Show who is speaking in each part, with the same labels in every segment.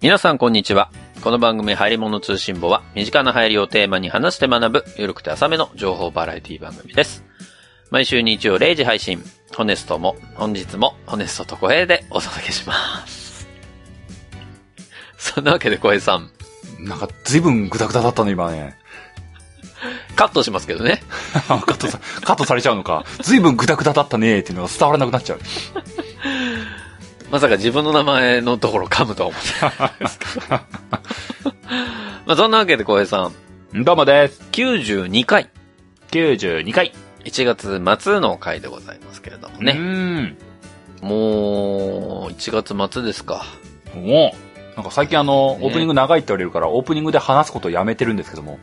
Speaker 1: 皆さんこんにちは。この番組、入り物通信簿は、身近な流行りをテーマに話して学ぶ、ゆるくて浅めの情報バラエティ番組です。毎週日曜0時配信、ホネストも、本日も、ホネストと小平でお届けします。そんなわけで小平さん、
Speaker 2: なんか、ずいぶんグダグダだったの、今ね。
Speaker 1: カットしますけどね。
Speaker 2: カットさ、カットされちゃうのか。ずいぶんグダグダだったね、っていうのが伝わらなくなっちゃう。
Speaker 1: まさか自分の名前のところ噛むとは思ってないですけど。まあそんなわけで小平さん、
Speaker 2: どうもです。
Speaker 1: 92回、
Speaker 2: 92回。
Speaker 1: 1月末の回でございますけれども
Speaker 2: ね。
Speaker 1: ね。
Speaker 2: ん。
Speaker 1: もう、1月末ですか。
Speaker 2: おなんか最近あの、
Speaker 1: ね
Speaker 2: オープニング長いって言われるから、オープニングで話すことをやめてるんですけども。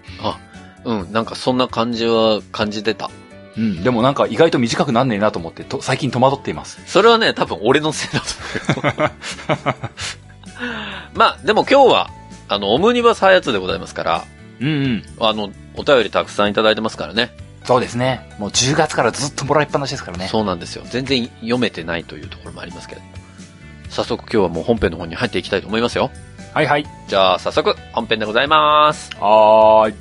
Speaker 1: うん、なんかそんな感じは感じてた。
Speaker 2: うん。でもなんか意外と短くなんねえなと思って、と最近戸惑っています。
Speaker 1: それはね、多分俺のせいだと思う。まあ、でも今日は、あの、オムニバスハヤツでございますから、
Speaker 2: うんうん。
Speaker 1: あの、お便りたくさんいただいてますからね。
Speaker 2: そうですね。もう10月からずっともらいっぱなしですからね。
Speaker 1: そうなんですよ。全然読めてないというところもありますけれども。早速今日はもう本編の方に入っていきたいと思いますよ。
Speaker 2: はいはい。
Speaker 1: じゃあ早速本編でございます。
Speaker 2: はーい。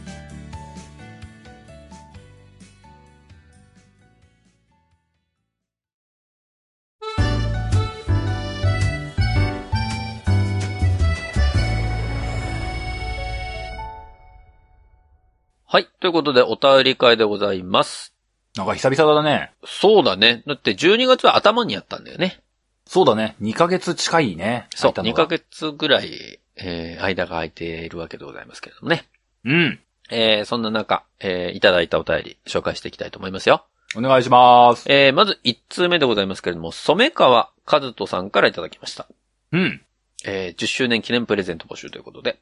Speaker 1: はい。ということでお便り会でございます。
Speaker 2: なんか久々だね。
Speaker 1: そうだね。だって12月は頭にやったんだよね。
Speaker 2: そうだね。2ヶ月近いね。
Speaker 1: そう。
Speaker 2: 空い
Speaker 1: 2
Speaker 2: たの
Speaker 1: ヶ
Speaker 2: が。
Speaker 1: 月ぐらい、えー、間が空いているわけでございますけれどもね。
Speaker 2: うん。
Speaker 1: えー、そんな中、えー、いただいたお便り紹介していきたいと思いますよ。
Speaker 2: お願いします。
Speaker 1: えー、まず1通目でございますけれども、染川和人さんからいただきました。
Speaker 2: うん。
Speaker 1: えー、10周年記念プレゼント募集ということで、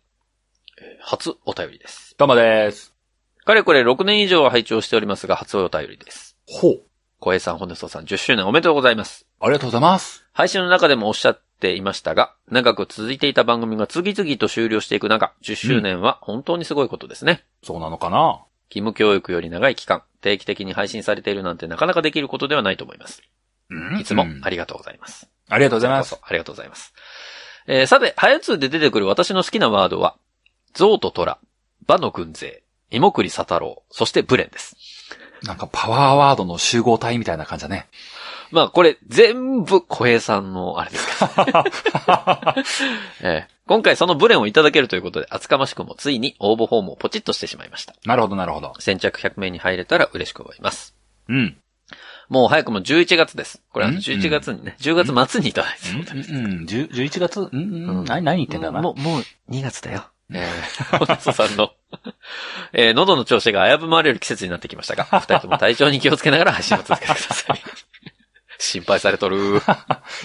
Speaker 1: えー初お便りです。
Speaker 2: どうもです。
Speaker 1: かれこれ6年以上は拝聴しておりますが、初お便りです。
Speaker 2: ほう。
Speaker 1: 小平さん、本ソさん、10周年おめでとうございます。
Speaker 2: ありがとうございます。
Speaker 1: 配信の中でもおっしゃっていましたが、長く続いていた番組が次々と終了していく中、10周年は本当にすごいことですね。
Speaker 2: そうなのかな
Speaker 1: 義務教育より長い期間、定期的に配信されているなんてなかなかできることではないと思います。
Speaker 2: うん
Speaker 1: いつも
Speaker 2: うん
Speaker 1: ありがとうございます。
Speaker 2: ありがとうございま
Speaker 1: こ
Speaker 2: す。
Speaker 1: ちらこそありがとうございます。えーさて、ハヤツーで出てくる私の好きなワードは、象と虎、馬の軍勢、芋栗佐太郎、そしてブレンです。
Speaker 2: なんかパワーワードの集合体みたいな感じだね。
Speaker 1: まあ、これ全部小平さんのあれですか、 えー今回そのブレンをいただけるということで、厚かましくもついに応募フォームをポチッとしてしまいました。
Speaker 2: なるほど、なるほど。
Speaker 1: 先着100名に入れたら嬉しく思います。
Speaker 2: うん。
Speaker 1: もう早くも11月です。これは
Speaker 2: うん
Speaker 1: 11月にね、10月末にいただいてる
Speaker 2: うん、うん、じゅ11月うん、う
Speaker 1: うん
Speaker 2: ん、何、何言ってんだな。
Speaker 1: もう、もう2月だよ。え ー、ホネストさんの、えー喉の調子が危ぶまれる季節になってきました が、二人とも体調に気をつけながら配信を続けてください。心配されとる。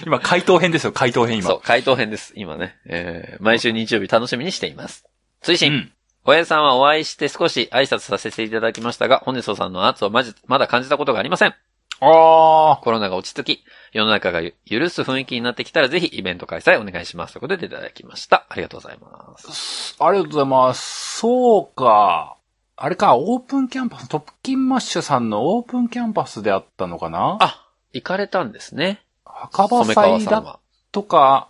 Speaker 2: 今、回答編ですよ、回答編今。
Speaker 1: そう、回答編です。今ね、えー毎週日曜日楽しみにしています。追
Speaker 2: う
Speaker 1: 伸、
Speaker 2: ん。
Speaker 1: 小平さんはお会いして少し挨拶させていただきましたが、ホネストさんの圧をまじまだ感じたことがありません。
Speaker 2: あ
Speaker 1: コロナが落ち着き、世の中が許す雰囲気になってきたら、ぜひイベント開催お願いします。ということでいただきました。ありがとうございます。
Speaker 2: ー、ありがとうございます。そうか。あれか、オープンキャンパス、トップキンマッシュさんのオープンキャンパスであったのかな
Speaker 1: あ、行かれたんですね。
Speaker 2: 墓場
Speaker 1: 染川
Speaker 2: 祭
Speaker 1: さん
Speaker 2: だ
Speaker 1: は。
Speaker 2: とか、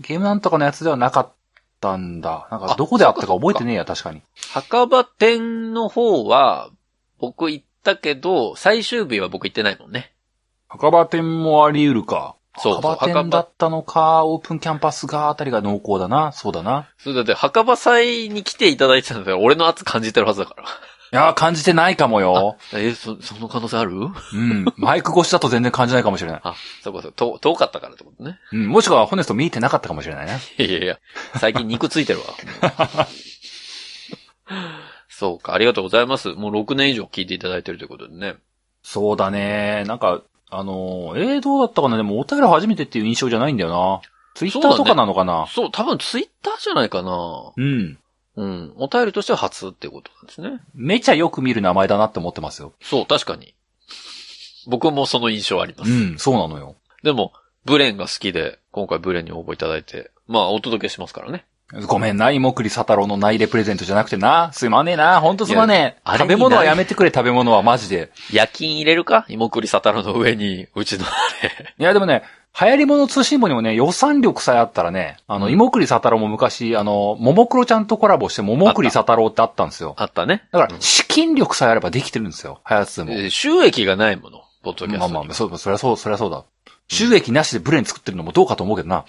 Speaker 2: ゲームなんとかのやつではなかったんだ。なん
Speaker 1: あ
Speaker 2: か、どこであったか覚えてねえや、確かに。
Speaker 1: 墓場店の方は、僕行ったけど、最終日は僕行ってないもんね。
Speaker 2: 墓場店もあり得るか。
Speaker 1: そうそう
Speaker 2: 墓場
Speaker 1: 墓場
Speaker 2: 店だったのか、オープンキャンパスがあたりが濃厚だな。そうだな。
Speaker 1: それだって墓場祭に来ていただいてたんだから、俺の圧感じてるはずだから。
Speaker 2: いやー、感じてないかもよ。
Speaker 1: え、そ、その可能性ある
Speaker 2: うん。マイク越しだと全然感じないかもしれない。
Speaker 1: あ、そうかそう、と遠かったからってことね。
Speaker 2: うん。もしくは、ホネスト見えてなかったかもしれないね。
Speaker 1: いやいやいや、最近肉ついてるわ。 そうか、ありがとうございます。もう6年以上聞いていただいてるということでね。
Speaker 2: そうだね。なんか、あのー、えー、どうだったかなでも、お便り初めてっていう印象じゃないんだよな。ツイッターとかなのかな
Speaker 1: そう、多分ツイッターじゃないかな。
Speaker 2: うん。
Speaker 1: うん。お便りとしては初っていうことなんですね。
Speaker 2: めちゃよく見る名前だなって思ってますよ。
Speaker 1: そう、確かに。僕もその印象ありま
Speaker 2: う
Speaker 1: す。
Speaker 2: ん、そうなのよ。
Speaker 1: でも、ブレンが好きで、今回ブレンに応募いただいて、まあ、お届けしますからね。
Speaker 2: ごめんな、芋栗佐太郎の内でプレゼントじゃなくてな。すまねえな。ほんとすまね
Speaker 1: いや
Speaker 2: え。
Speaker 1: あれ
Speaker 2: 食
Speaker 1: にない
Speaker 2: べ物はやめてくれ、食べ物はマジで。
Speaker 1: 夜勤入れるか芋栗サタロの上に、うちのあれ。
Speaker 2: いや、でもね、流行り物通信簿にもね、予算力さえあったらね、あ
Speaker 1: う
Speaker 2: の、
Speaker 1: ん
Speaker 2: 芋栗佐太郎も昔、あの、ももクロちゃんとコラボして、もも栗佐太郎ってあったんですよ。
Speaker 1: あったね。
Speaker 2: だから、資金力さえあればできてるんですよ、早津
Speaker 1: うん
Speaker 2: も。
Speaker 1: えー収益がないもの、ポッドキャス
Speaker 2: まあ
Speaker 1: ト。
Speaker 2: まあ、そう、そりゃそう、そりゃそうだ。収益なしでブレーン作ってるのもどうかと思うけどな。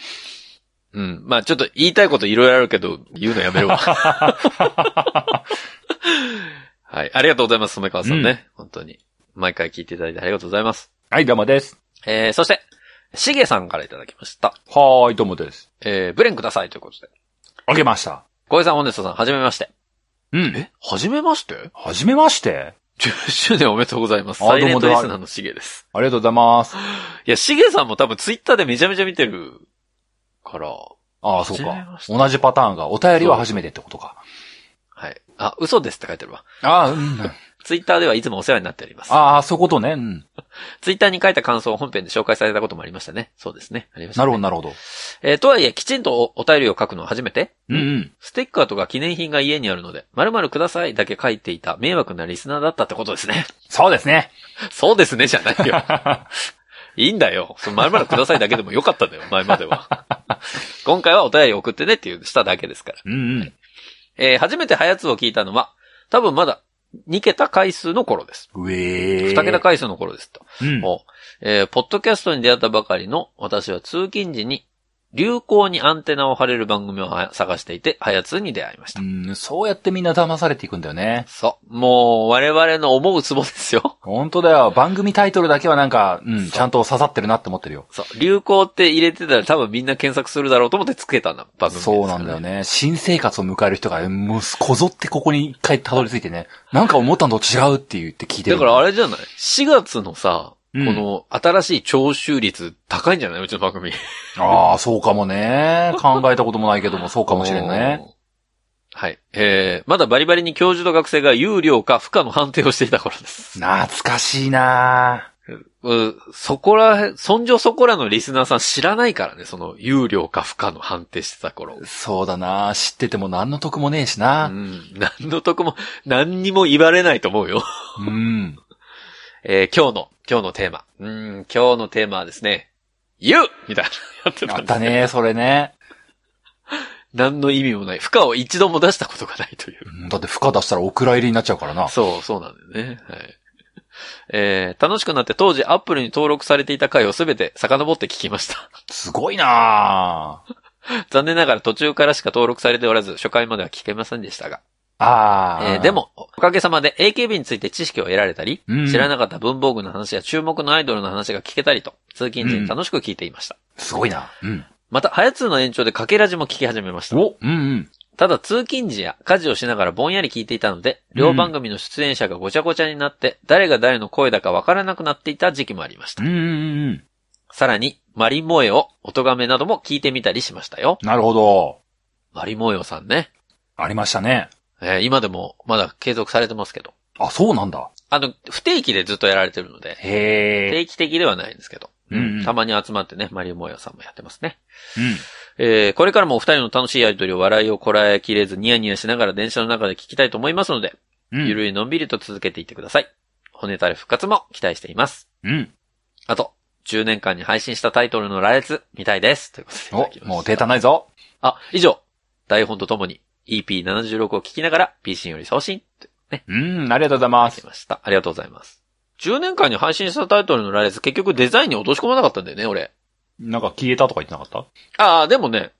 Speaker 1: うん。まあちょっと言いたいこといろいろあるけど、言うのや めるわ。はい。ありがとうございます、染川さんね。本当に。毎回聞いていただいてありがとうございます。
Speaker 2: はい、どうもです。
Speaker 1: えー、そして、しげさんからいただきました。
Speaker 2: はーい、どうもです。
Speaker 1: えー、ブレンくださいということで。
Speaker 2: あげました。
Speaker 1: 小江さん、ホネストさん、はじめまして。
Speaker 2: うん。
Speaker 1: えはじめまして
Speaker 2: はじめまして。
Speaker 1: ?10 周年おめでとうございます。
Speaker 2: あどう
Speaker 1: サ
Speaker 2: も
Speaker 1: イレントリスナーのしげです。
Speaker 2: ありがとうございます。
Speaker 1: いや、しげさんも多分ツイッターでめちゃめちゃ見てるから、
Speaker 2: ああ、そ
Speaker 1: は
Speaker 2: う
Speaker 1: じめ
Speaker 2: か
Speaker 1: ま。して
Speaker 2: 同じパターンが、お便りは初めてってことか。
Speaker 1: はい。あ、嘘ですって書いてるわ。
Speaker 2: ああ、うん。
Speaker 1: ツイッターではいつもお世話になっております。
Speaker 2: ああ、そういうことね。うん。
Speaker 1: ツイッターに書いた感想を本編で紹介されたこともありましたね。そうですね。ありました、ね。
Speaker 2: なるほど、なるほど。
Speaker 1: えーとはいえ、きちんとおお便りを書くのは初めて
Speaker 2: うんうん。
Speaker 1: ステッカーとか記念品が家にあるので、〇〇くださいだけ書いていた迷惑なリスナーだったってことですね。
Speaker 2: そうですね。
Speaker 1: そうですね、じゃない よ。いいんだよ。その〇〇くださいだけでもよかったんだよ、前までは。今回はお便り送ってねっていうしただけですから。
Speaker 2: うんうん。
Speaker 1: えー初めてハヤツを聞いたのは、多分まだ2桁回数の頃です。
Speaker 2: うえー。
Speaker 1: 2桁回数の頃ですと。
Speaker 2: うん。
Speaker 1: もうえーポッドキャストに出会ったばかりの私は通勤時に流行にアンテナを張れる番組をは探していて、ハヤツに出会いました。
Speaker 2: うん、そうやってみんな騙されていくんだよね。
Speaker 1: そう。もう、我々の思うツボですよ。
Speaker 2: 本当だよ。番組タイトルだけはなんか、う、
Speaker 1: そうん
Speaker 2: ちゃんと刺さってるなって思ってるよ。
Speaker 1: そう。流行って入れてたら多分みんな検索するだろうと思ってつけたんだ、番組ですから
Speaker 2: そうなんだよ。ね。新生活を迎える人が、もう、こぞってここに一回たどり着いてね、なんか思ったのと違うって言って聞いてる。
Speaker 1: だからあ
Speaker 2: れ、
Speaker 1: れじゃない ?4 月のさ、
Speaker 2: うん
Speaker 1: この新しい聴取率高いんじゃないうちの番組。
Speaker 2: ああ、そうかもね。考えたこともないけども、そうかもしれんね。
Speaker 1: おー。はい。えー、まだバリバリに教授と学生が有料か不可の判定をしていた頃です。
Speaker 2: 懐かしいな
Speaker 1: うそこらへん、そんじょそこらのリスナーさん知らないからね、その有料か不可の判定してた頃。
Speaker 2: そうだな知ってても何の得もねえし
Speaker 1: う
Speaker 2: な。
Speaker 1: ん。何の得も、何にも言われないと思うよ。
Speaker 2: うん。
Speaker 1: えー今日の、今日のテーマ。うーん、今日のテーマはですね、言うみたいなやってた
Speaker 2: あ
Speaker 1: ん
Speaker 2: っ
Speaker 1: です
Speaker 2: た
Speaker 1: よ。
Speaker 2: ね、それね。
Speaker 1: 何の意味もない。負荷を一度も出したことがないという。
Speaker 2: だって負荷出したらお蔵入りになっちゃうからな。
Speaker 1: そう、そうなんだよね。はい。えー楽しくなって当時アップルに登録されていた回をすべて遡って聞きました。
Speaker 2: すごいなぁ。
Speaker 1: 残念ながら途中からしか登録されておらず、初回までは聞けませんでしたが。
Speaker 2: ああ、
Speaker 1: えーで、も、おかげさまで AKB について知識を得られたり、
Speaker 2: うん
Speaker 1: 知らなかった文房具の話や注目のアイドルの話が聞けたりと、通勤時に楽しく聞いていました。
Speaker 2: すごいな。うん。
Speaker 1: また、ハヤツーの延長でかけらじも聞き始めました。
Speaker 2: お、うんうん。
Speaker 1: ただ通勤時や家事をしながらぼんやり聞いていたので、両番組の出演者がごちゃごちゃになって、誰が誰の声だかわからなくなっていた時期もありまし
Speaker 2: う
Speaker 1: た
Speaker 2: ん。うんうん。
Speaker 1: さらに、マリモエを、おとがめなども聞いてみたりしましたよ。
Speaker 2: なるほど。
Speaker 1: マリモエオさんね。
Speaker 2: ありましたね。
Speaker 1: えー今でもまだ継続されてますけど。
Speaker 2: あ、そうなんだ。
Speaker 1: あの、不定期でずっとやられてるので、
Speaker 2: へえ。
Speaker 1: 定期的ではないんですけど。
Speaker 2: うんうん
Speaker 1: たまに集まってね、マリモエオさんもやってますね。
Speaker 2: うん。
Speaker 1: えーこれからもお二人の楽しいやりとりを笑いをこらえきれずニヤニヤしながら電車の中で聞きたいと思いますので、
Speaker 2: うん
Speaker 1: ゆるいのんびりと続けていってください。骨たれ復活も期待しています。
Speaker 2: うん。
Speaker 1: あと、10年間に配信したタイトルの羅列、みたいです。ということでいただきまし
Speaker 2: お、
Speaker 1: た。
Speaker 2: もうデータないぞ。
Speaker 1: あ、以上。台本とともに EP76 を聞きながら PC より送信と
Speaker 2: うん、ありがとうございま
Speaker 1: き
Speaker 2: す。
Speaker 1: ました。ありがとうございます。10年間に配信したタイトルの羅列、結局デザインに落とし込まなかったんだよね、俺。
Speaker 2: なんか消えたとか言ってなかっ
Speaker 1: ああ、でもね、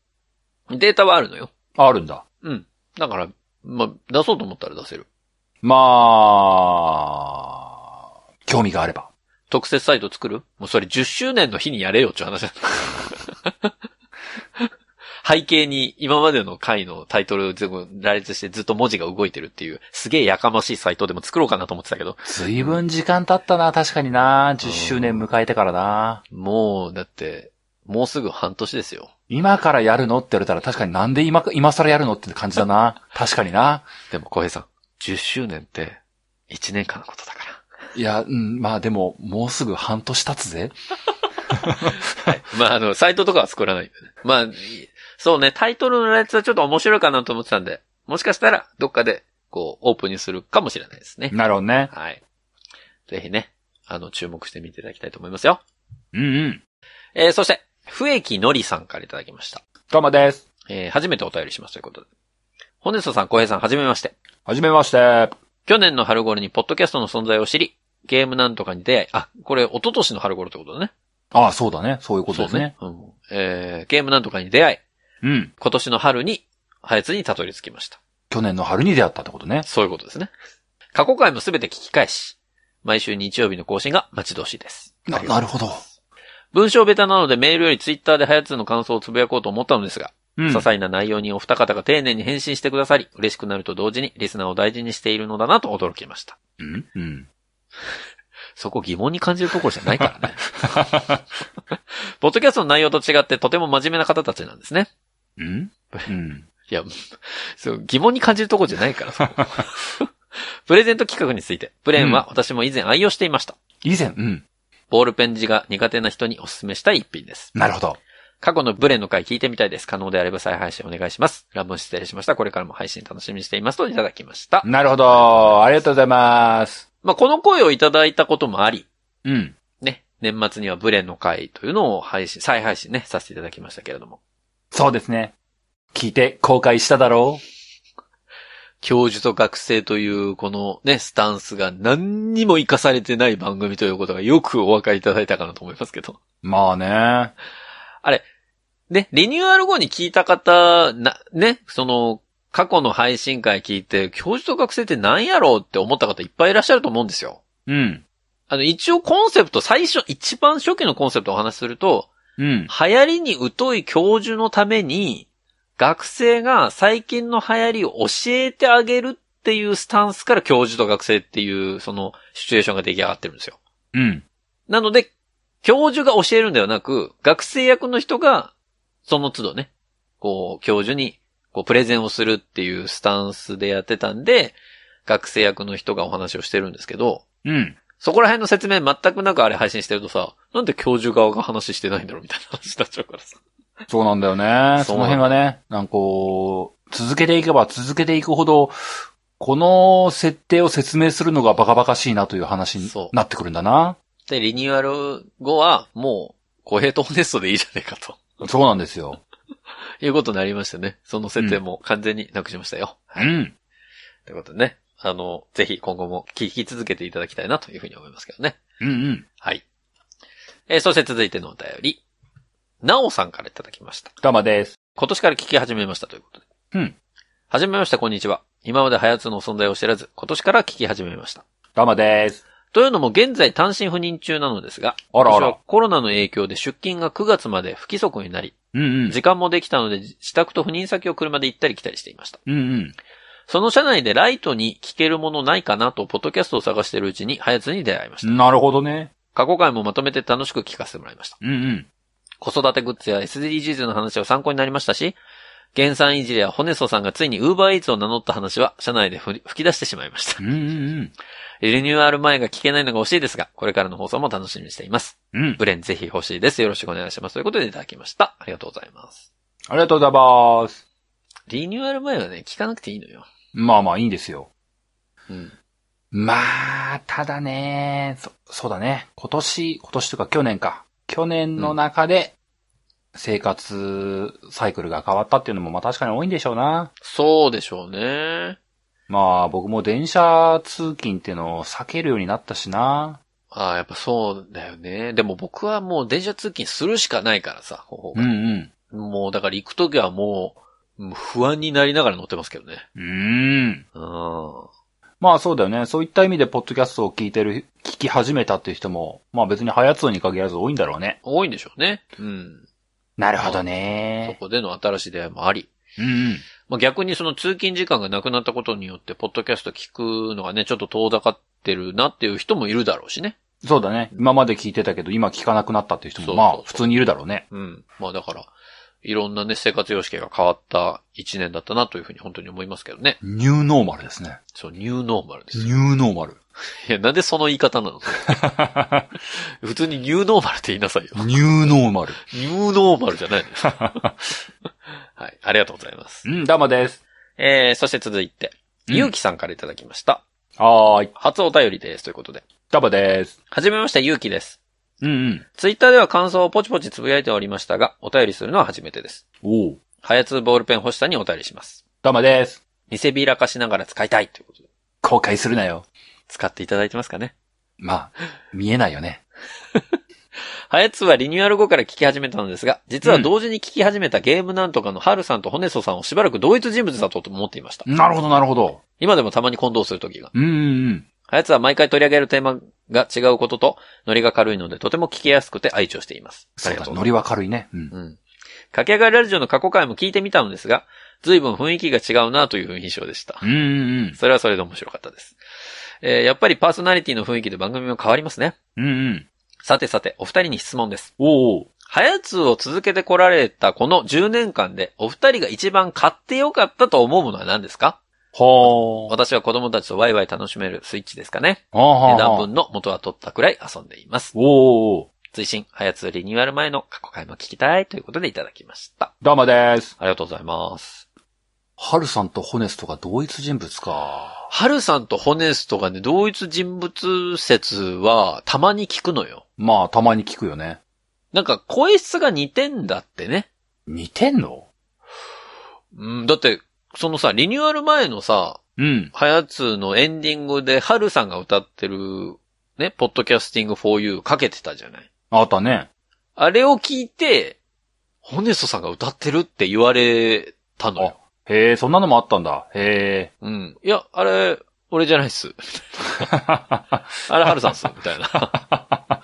Speaker 1: データはあるのよ。
Speaker 2: たああるんだ。
Speaker 1: うん。だから、まあ、出そうと思ったら出せる。
Speaker 2: まあ、興味があれば。
Speaker 1: 特設サイト作るもうそれ10周年の日にやれよっていう話だ。 背景に今までの回のタイトルを全部羅列してずっと文字が動いてるっていう、すげえやかましいサイトでも作ろうかなと思ってたけど、
Speaker 2: ずいぶん時間経ったな、確かにな。10周年迎えてからな。
Speaker 1: もう、だって、もうすぐ半年ですよ。
Speaker 2: 今からやるのって言われたら確かになんで今、今更やるのって感じだな。確かにな。
Speaker 1: でも、小平さん、10周年って、1年間のことだから。
Speaker 2: いや、うん、まあでも、もうすぐ半年経つぜ。
Speaker 1: まあ、あの、サイトとかは作らないんでね。まあ、いそうね、タイトルの羅列はちょっと面白いかなと思ってたんで、もしかしたら、どっかで、こう、オープンにするかもしれないですね。
Speaker 2: なるほどね。
Speaker 1: はい。ぜひね、あの、注目してみていただきたいと思いますよ。
Speaker 2: うんうん。
Speaker 1: えー、そして、笛木のりさんからいただきました。
Speaker 2: どうもです。
Speaker 1: えー、初めてお便りしますということで。ホネストさん、小平さん、はじめまして。
Speaker 2: はじめまして。
Speaker 1: 去年の春頃にポッドキャストの存在を知り、ゲームなんとかに出会い、あ、これ、一昨年の春頃ってことだね。
Speaker 2: ああ、そうだね。そういうことですね。
Speaker 1: そうですね。うん。えー、ゲームなんとかに出会い、
Speaker 2: うん。
Speaker 1: 今年の春に、ハヤツにたどり着きました。
Speaker 2: 去年の春に出会ったってことね。
Speaker 1: そういうことですね。過去回もすべて聞き返し、毎週日曜日の更新が待ち遠しいです。
Speaker 2: な、なるほど。
Speaker 1: 文章ベタなのでメールよりツイッターでハヤツの感想をつぶやこうと思ったのですが、
Speaker 2: うん
Speaker 1: 些細な内容にお二方が丁寧に返信してくださり、嬉しくなると同時にリスナーを大事にしているのだなと驚きました。
Speaker 2: うんうん。
Speaker 1: そこ疑問に感じるところじゃない からね。ポッドキャストの内容と違ってとても真面目な方たちなんですね。
Speaker 2: うんうん。
Speaker 1: いや、そう、疑問に感じるところじゃないから、そこプレゼント企画について、プレーンは私も以前愛用していました。
Speaker 2: 以前、うん。
Speaker 1: ボールペン字が苦手な人にお勧めしたい一品です。
Speaker 2: なるほど。
Speaker 1: 過去のブレンの回聞いてみたいです。可能であれば再配信お願いします。ラブ失礼しました。これからも配信楽しみにしていますといただきました。
Speaker 2: なるほど。ありがとうございます。
Speaker 1: まあ、この声をいただいたこともあり、
Speaker 2: うん。
Speaker 1: ね、年末にはブレンの回というのを配信、再配信ね、させていただきましたけれども。
Speaker 2: そうですね。聞いて後悔しただろ
Speaker 1: 教授と学生という、このね、スタンスが何にも活かされてない番組ということがよくお分かりいただいたかなと思いますけど。
Speaker 2: うまあね。
Speaker 1: ね、リニューアル後に聞いた方、な、ね、その、過去の配信会聞いて、教授と学生って何やろうって思った方いっぱいいらっしゃると思うんですよ。
Speaker 2: うん。
Speaker 1: あの、一応コンセプト、最初、一番初期のコンセプトをお話しすると、
Speaker 2: うん。
Speaker 1: 流行りに疎い教授のために、学生が最近の流行りを教えてあげるっていうスタンスから教授と学生っていう、その、シチュエーションが出来上がってるんですよ。
Speaker 2: うん。
Speaker 1: なので、教授が教えるんではなく、学生役の人が、その都度ね、こう、教授に、こう、プレゼンをするっていうスタンスでやってたんで、学生役の人がお話をしてるんですけど、
Speaker 2: うん。
Speaker 1: そこら辺の説明全くなくあれ配信してるとさ、なんで教授側が話してないんだろうみたいな話になっちゃうからさ。
Speaker 2: そうなんだよね。
Speaker 1: そ
Speaker 2: そうの辺がね、なんかこう、続けていけば続けていくほど、この設定を説明するのがバカバカしいなという話に
Speaker 1: そう
Speaker 2: なってくるんだな。
Speaker 1: で、リニューアル後は、もう、公平とホネストでいいじゃねえかと。
Speaker 2: そうなんですよ。
Speaker 1: いうことになりましてね。その設定も完全になくしましたよ。
Speaker 2: う
Speaker 1: はい。
Speaker 2: ん。
Speaker 1: ということでね。あの、ぜひ今後も聞き続けていただきたいなというふうに思いますけどね。
Speaker 2: うんうん。
Speaker 1: はい。えーそして続いてのお便り。なおさんからいただきました。
Speaker 2: ダマです。
Speaker 1: 今年から聞き始めましたということで。
Speaker 2: うん。
Speaker 1: はじめまして、こんにちは。今までハヤツの存在を知らず、今年から聞き始めました。
Speaker 2: ダマです。
Speaker 1: というのも現在単身赴任中なのですが、
Speaker 2: あらあ
Speaker 1: 私
Speaker 2: ら
Speaker 1: は。コロナの影響で出勤が9月まで不規則になり、
Speaker 2: うんうん。
Speaker 1: 時間もできたので、自宅と赴任先を車で行ったり来たりしていました。
Speaker 2: うんうん。
Speaker 1: その車内でライトに聞けるものないかなと、ポッドキャストを探しているうちに、ハヤツに出会いました。
Speaker 2: なるほどね。
Speaker 1: 過去回もまとめて楽しく聞かせてもらいました。
Speaker 2: うんうん。
Speaker 1: 子育てグッズや SDGs の話は参考になりましたし、原産いじりやホネソさんがついに UberEats を名乗った話は、車内でふり吹き出してしまいました
Speaker 2: う。んうん
Speaker 1: リニューアル前が聞けないのが惜しいですが、これからの放送も楽しみにしています。
Speaker 2: うん。うん。
Speaker 1: ブレンぜひ欲しいです。よろしくお願いします。ということでいただきました。ありがとうございます。
Speaker 2: ありがとうございます。
Speaker 1: リニューアル前はね、聞かなくていいのよ。
Speaker 2: まあまあいいんですよ。
Speaker 1: うん。
Speaker 2: まあ、ただね、そ、そうだね。今年、今年というか去年か。去年の中で、生活サイクルが変わったっていうのも、まあ確かに多いんでしょうな。
Speaker 1: そうでしょうね。
Speaker 2: まあ僕も電車通勤っていうのを避けるようになったしな。
Speaker 1: ああ、やっぱそうだよね。でも僕はもう電車通勤するしかないからさ、方法
Speaker 2: う
Speaker 1: が。
Speaker 2: ん
Speaker 1: もうだから行くときはもう、うん不安になりながら乗ってますけどね。
Speaker 2: うん。うん。
Speaker 1: うん。
Speaker 2: まあそうだよね。そういった意味で、ポッドキャストを聞いてる、聞き始めたっていう人も、まあ別に早通に限らず多いんだろうね。
Speaker 1: 多いんでしょうね。うん。
Speaker 2: なるほど
Speaker 1: そ
Speaker 2: ね。
Speaker 1: こでの新しい出会いもあり。
Speaker 2: うんうん。
Speaker 1: まあ、逆にその通勤時間がなくなったことによって、ポッドキャスト聞くのがね、ちょっと遠ざかってるなっていう人もいるだろうしね。
Speaker 2: そうだね。今まで聞いてたけど、今聞かなくなったっていう人
Speaker 1: そうそ
Speaker 2: も、
Speaker 1: う
Speaker 2: ま
Speaker 1: そう
Speaker 2: あ普通にいるだろうね。
Speaker 1: うん。まあだから、いろんなね、生活様式が変わった一年だったなというふうに本当に思いますけどね。
Speaker 2: ニューノーマルですね。
Speaker 1: そう、ニューノーマルですよ。
Speaker 2: ニューノーマル。
Speaker 1: いや、なんでその言い方なの普通にニューノーマルって言いなさいよ。
Speaker 2: ニューノーマル。
Speaker 1: ニューノーマルじゃ ないのよはい、ありがとうございます。
Speaker 2: うん、ダマです。
Speaker 1: えー、そして続いて、
Speaker 2: うん
Speaker 1: ゆうきさんからいただきました。
Speaker 2: はーい。
Speaker 1: 初お便りです。ということで。
Speaker 2: ダマです。
Speaker 1: はじめまして、ゆうきです。
Speaker 2: うんうん。
Speaker 1: ツイッターでは感想をポチポチつぶやいておりましたが、お便りするのは初めてです。
Speaker 2: おお。
Speaker 1: ハヤツーボールペン欲しさにお便りします。
Speaker 2: どうもです。
Speaker 1: 偽ビーラ化しながら使いたいということで。
Speaker 2: 後悔するなよ。
Speaker 1: 使っていただいてますかね。
Speaker 2: まあ、見えないよね。
Speaker 1: ハヤツーはリニューアル後から聞き始めたのですが、実は同時に聞き始めたゲームなんとかのハルさんとホネソさんをしばらく同一人物だと思っていました。
Speaker 2: なるほど、なるほど。
Speaker 1: 今でもたまに混同するときが。
Speaker 2: うんうん。
Speaker 1: ハヤツーは毎回取り上げるテーマが違うことと、ノリが軽いのでとても聞きやすくて愛聴しています。
Speaker 2: そう
Speaker 1: ありが
Speaker 2: だ、
Speaker 1: と
Speaker 2: ノリは軽いね。うん。
Speaker 1: うん。駆け上がりラジオの過去回も聞いてみたのですが、随分雰囲気が違うなという印象でした
Speaker 2: う。んうん
Speaker 1: それはそれで面白かったです。えーやっぱりパーソナリティの雰囲気で番組も変わりますね。
Speaker 2: うん。うんうん。
Speaker 1: さてさて、お二人に質問です。
Speaker 2: おお。
Speaker 1: ハヤツーを続けてこられたこの10年間で、お二人が一番買ってよかったと思うものは何ですか
Speaker 2: ほー。
Speaker 1: 私は子供たちとワイワイ楽しめるスイッチですかね。
Speaker 2: は
Speaker 1: 値
Speaker 2: あはあ
Speaker 1: 段
Speaker 2: はあ
Speaker 1: 分の元は取ったくらい遊んでいます。
Speaker 2: おお。
Speaker 1: 追伸、ハヤツーリニューアル前の過去回も聞きたいということでいただきました。
Speaker 2: どうもです。
Speaker 1: ありがとうございます。
Speaker 2: ハルさんとホネストが同一人物か。
Speaker 1: ハルさんとホネストがね、同一人物説はたまに聞くのよ。
Speaker 2: まあ、たまに聞くよね。
Speaker 1: なんか声質が似てんだってね。
Speaker 2: 似てんの
Speaker 1: うん、だって、そのさ、リニューアル前のさ、
Speaker 2: うん。
Speaker 1: ハヤツーのエンディングでハルさんが歌ってる、ね、ポッドキャスティング 4U かけてたじゃない。
Speaker 2: あったね。
Speaker 1: あれを聞いて、ホネストさんが歌ってるって言われたのよ。
Speaker 2: へえ、そんなのもあったんだ。へえ。
Speaker 1: うん。いや、あれ、俺じゃないっす。あれ、ハルさんっす。みたいな。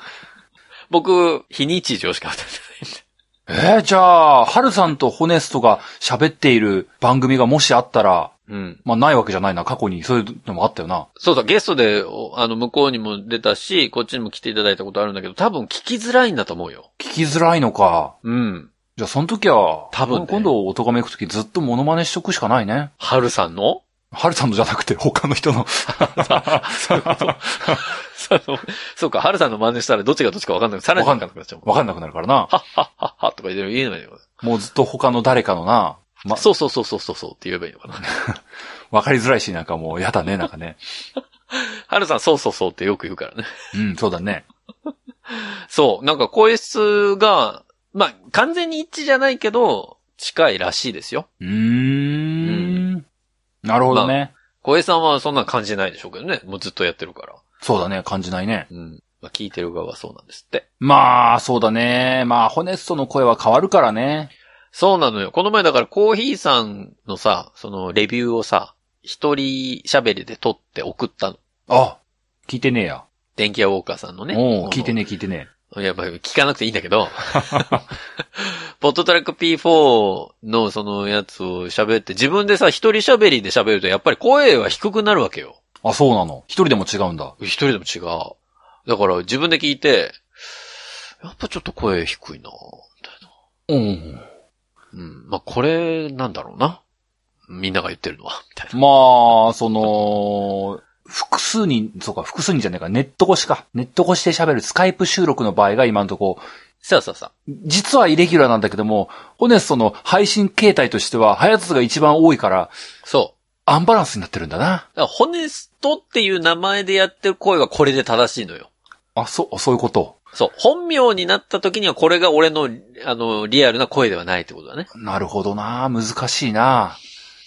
Speaker 1: 僕、非日常しか歌ってない。
Speaker 2: えー、じゃあ、ハルさんとホネストが喋っている番組がもしあったら、
Speaker 1: うん。
Speaker 2: まあないわけじゃないな。過去にそういうのもあったよな。
Speaker 1: そうそう、ゲストで、おあの、向こうにも出たし、こっちにも来ていただいたことあるんだけど、多分聞きづらいんだと思うよ。
Speaker 2: 聞きづらいのか。
Speaker 1: うん。
Speaker 2: じゃあ、その時は、
Speaker 1: 多分ね
Speaker 2: 今度、音め行く時ずっとモノマネしとくしかないね。
Speaker 1: ハルさんの
Speaker 2: ハルさんのじゃなくて、他の人の。
Speaker 1: そう そうか、ハルさんの真似したらどっちがどっちか分かんなくさらに分かんなくなっちゃうもん。
Speaker 2: わかんなくなるからな。
Speaker 1: はっはっはとか言えばいいのよ。
Speaker 2: もうずっと他の誰かのな、ま
Speaker 1: そうそうそうそうそうそうって言えばいいのかな。
Speaker 2: わかりづらいし、なんかもう、やだね、なんかね。
Speaker 1: ハルさん、そうそうそうってよく言うからね。
Speaker 2: うん、そうだね。
Speaker 1: そう、なんか声質が、まあ、完全に一致じゃないけど、近いらしいですよ。
Speaker 2: うーん。なるほどね。
Speaker 1: 小江さんはそんな感じないでしょうけどね。もうずっとやってるから。
Speaker 2: そうだね、感じないね。
Speaker 1: うん。まあ、聞いてる側はそうなんですって。
Speaker 2: まあ、そうだね。まあ、ホネストの声は変わるからね。
Speaker 1: そうなのよ。この前だからコーヒーさんのさ、そのレビューをさ、一人喋りで撮って送ったの。
Speaker 2: あ、聞いてねえや。
Speaker 1: 電気屋ウォーカーさんのね。
Speaker 2: おう聞いて
Speaker 1: ね。
Speaker 2: ねえ、聞いてね
Speaker 1: いや、まあ、聞かなくていいんだけ ど。ポットトラック P4 のそのやつを喋って、自分でさ、一人喋りで喋るとやっぱり声は低くなるわけよ。
Speaker 2: え。あ、そうなの。一人でも違うんだ。
Speaker 1: 一人でも違う。だから自分で聞いて、やっぱちょっと声低いなぁみたいな。
Speaker 2: うん。
Speaker 1: うん。まあ、これなんだろうな。みんなが言ってるのは、みたいな。
Speaker 2: まあ、その、複数人、そうか、複数人じゃねえか、ネット越しか。ネット越しで喋るスカイプ収録の場合が今のとこ、
Speaker 1: さあさあさあ。
Speaker 2: 実はイレギュラーなんだけども、ホネストの配信形態としては、ハヤツが一番多いから、
Speaker 1: そ
Speaker 2: アンバランスになってるんだな。
Speaker 1: う。だからホネストっていう名前でやってる声はこれで正しいのよ。
Speaker 2: あ、そう、そういうこと。
Speaker 1: そう。本名になった時にはこれが俺の、あの、リアルな声ではないってことだね。
Speaker 2: なるほどな。難しいな。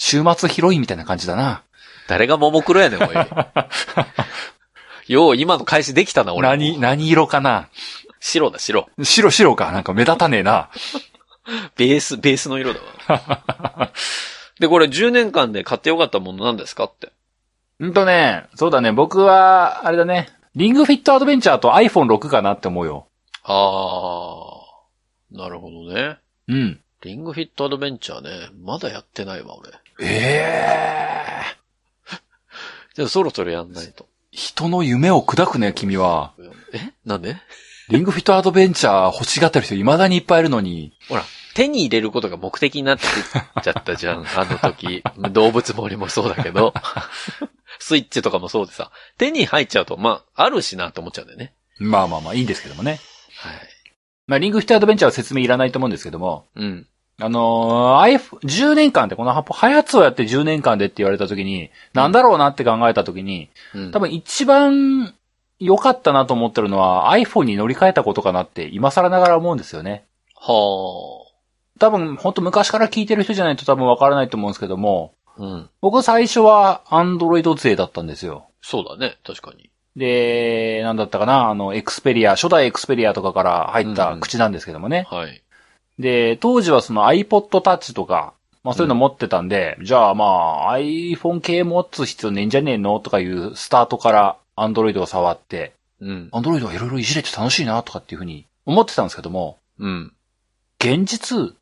Speaker 2: 週末ヒロインみたいな感じだな。
Speaker 1: 誰がももクロやねん、おい。よう、今の開始できたな、俺。
Speaker 2: 何、何色かな。
Speaker 1: 白だ、白。
Speaker 2: 白白か。なんか目立たねえな。
Speaker 1: ベース、ベースの色だわ。 で、これ10年間で買ってよかったものなんですかって。
Speaker 2: うんとね、そうだね。僕は、あれだね。リングフィットアドベンチャーと iPhone6 かなって思うよ。
Speaker 1: あー、なるほどね。
Speaker 2: うん。
Speaker 1: リングフィットアドベンチャーね。まだやってないわ、俺。
Speaker 2: ええ
Speaker 1: じゃあそろそろやんないと。
Speaker 2: 人の夢を砕くね、君は。
Speaker 1: えなんで
Speaker 2: リングフィットアドベンチャー欲しがってる人未だにいっぱいいるのに。
Speaker 1: ほら、手に入れることが目的になってっちゃった じゃん。あの時。動物森もそうだけど。スイッチとかもそうでさ。手に入っちゃうと、まあ、あるしなと思っちゃうんだよね。
Speaker 2: まあまあまあ、いいんですけどもね。
Speaker 1: はい。
Speaker 2: まあ、リングフィットアドベンチャーは説明いらないと思うんですけども。
Speaker 1: うん。
Speaker 2: あのー、iPhone、10年間で、このハハヤツをやって10年間でって言われた時に、なんだろうなって考えた時に、
Speaker 1: うん
Speaker 2: 多分一番良かったなと思ってるのは iPhone に乗り換えたことかなって今更ながら思うんですよね。
Speaker 1: は
Speaker 2: 多分、ほんと昔から聞いてる人じゃないと多分わからないと思うんですけども、
Speaker 1: あ。うん。
Speaker 2: 僕最初は Android 勢だったんですよ。
Speaker 1: そうだね。確かに。
Speaker 2: で、なんだったかな、あの、エクスペリア、初代エクスペリアとかから入った口なんですけどもね。
Speaker 1: はい。
Speaker 2: で、当時はその iPod Touch とか、まあそういうの持ってたんで、じゃあまあ iPhone 系持つ必要ねえんじゃねえのとかいうスタートから Android を触って、
Speaker 1: うん。
Speaker 2: Android はいろいろいじれて楽しいなとかっていうふうに思ってたんですけども、
Speaker 1: うん。
Speaker 2: 現実、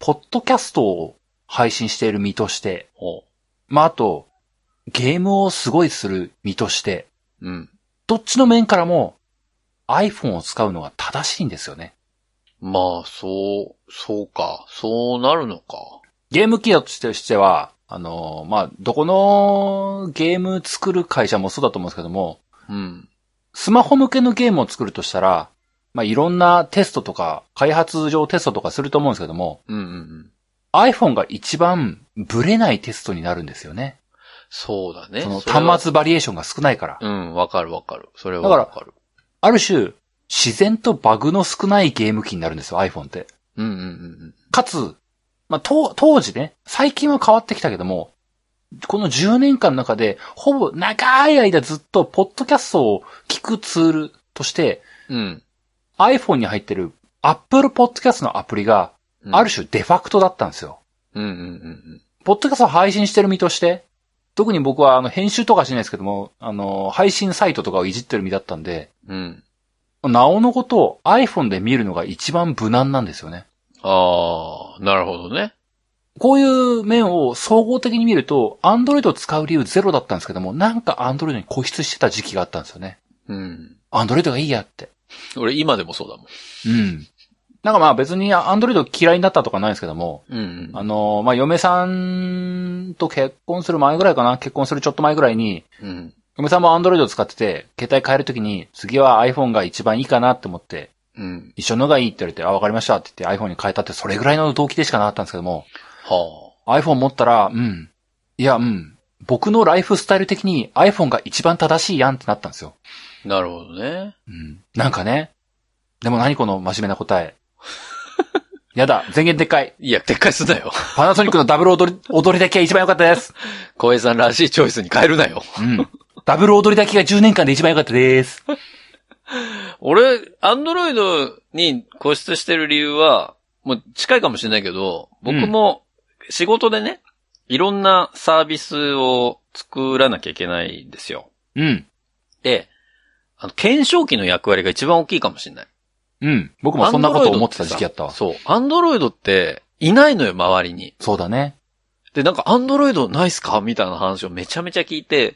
Speaker 2: ポッドキャストを配信している身として、
Speaker 1: ほ
Speaker 2: まああと、ゲームをすごいする身として、
Speaker 1: う。うん。
Speaker 2: どっちの面からも iPhone を使うのが正しいんですよね。
Speaker 1: まあ、そう、そうか。そうなるのか。
Speaker 2: ゲーム機としては、あのーまあ、どこのゲーム作る会社もそうだと思うんですけども、
Speaker 1: うん。
Speaker 2: スマホ向けのゲームを作るとしたら、まあ、いろんなテストとか、開発上テストとかすると思うんですけども、
Speaker 1: うんうんうん。
Speaker 2: iPhone が一番ブレないテストになるんですよね。
Speaker 1: そうだね。
Speaker 2: その
Speaker 1: れは
Speaker 2: 端末バリエーションが少ないから。
Speaker 1: うん、わかるわかる。それは
Speaker 2: だから
Speaker 1: わかる。
Speaker 2: ある種、自然とバグの少ないゲーム機になるんですよ、iPhone って。
Speaker 1: うんうんうん
Speaker 2: かつ、まあ、と当時ね、最近は変わってきたけども、この10年間の中で、ほぼ長い間ずっと、ポッドキャストを聞くツールとして、
Speaker 1: うん。うん。
Speaker 2: iPhone に入ってる Apple Podcast のアプリが、
Speaker 1: うん
Speaker 2: ある種デファクトだったんですよ。
Speaker 1: うんうんうん
Speaker 2: ポッドキャストを配信してる身として、特に僕はあの編集とかしないですけども、あの、配信サイトとかをいじってる身だったんで、
Speaker 1: うん。うん。
Speaker 2: なおのことを iPhone で見るのが一番無難なんですよね。
Speaker 1: ああ、なるほどね。
Speaker 2: こういう面を総合的に見ると、Android を使う理由ゼロだったんですけども、なんか Android に固執してた時期があったんですよね。
Speaker 1: うん。
Speaker 2: Android がいいやって。
Speaker 1: 俺今でもそうだもん。
Speaker 2: うん。なんかまあ別に Android 嫌いになったとかないんですけども、
Speaker 1: うん
Speaker 2: あのまあ嫁さんと結婚する前ぐらいかな、結婚するちょっと前ぐらいに、
Speaker 1: うん。うん。
Speaker 2: 嫁さんも Android を使ってて、携帯変えるときに、次は iPhone が一番いいかなって思って、
Speaker 1: うん。
Speaker 2: 一緒のがいいって言われて、あ、わかりましたって言って iPhone に変えたって、それぐらいの動機でしかなかったんですけども、
Speaker 1: は
Speaker 2: iPhone 持ったら、うん。いや、うん。僕のライフスタイル的に iPhone が一番正しいやんってなったんですよ。
Speaker 1: あ。なるほどね。
Speaker 2: うん。なんかね。でも何この真面目な答え。 やだ、全言撤回。
Speaker 1: いや、撤回すなよ。
Speaker 2: パナソニックのダブル踊り、踊りだけが一番良かったです。
Speaker 1: 小江さんらしいチョイスに変えるなよ。
Speaker 2: うん。ダブル踊りだけが10年間で一番良かったです。
Speaker 1: 俺、アンドロイドに固執してる理由は、もう近いかもしれないけど、僕も仕事でね、いろんなサービスを作らなきゃいけないんですよ。
Speaker 2: うん。
Speaker 1: で、あの、検証機の役割が一番大きいかもしれない。
Speaker 2: うん。僕もそんなことを思ってた時期やったわ。
Speaker 1: そう。アンドロイドって、いないのよ、周りに。
Speaker 2: そうだね。
Speaker 1: で、なんか、アンドロイドないっすかみたいな話をめちゃめちゃ聞いて、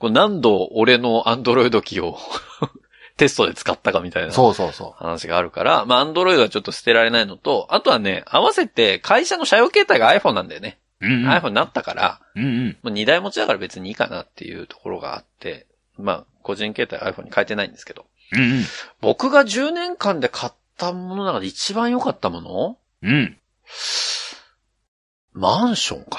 Speaker 1: こう何度俺のアンドロイド機を テストで使ったかみたいな
Speaker 2: そうそうそ
Speaker 1: 話があるから、まあ、アンドロイドはちょっと捨てられないのと、あとはね、合わせて会社の社用携帯が iPhone なんだよね。
Speaker 2: う。うん、うん。
Speaker 1: iPhone になったから、
Speaker 2: うんうん。
Speaker 1: もう2台持ちだから別にいいかなっていうところがあって、まあ、個人携帯 iPhone に変えてないんですけど。
Speaker 2: うん
Speaker 1: 僕が10年間で買ったものの中で一番良かったもの
Speaker 2: うん。うん。
Speaker 1: マンションか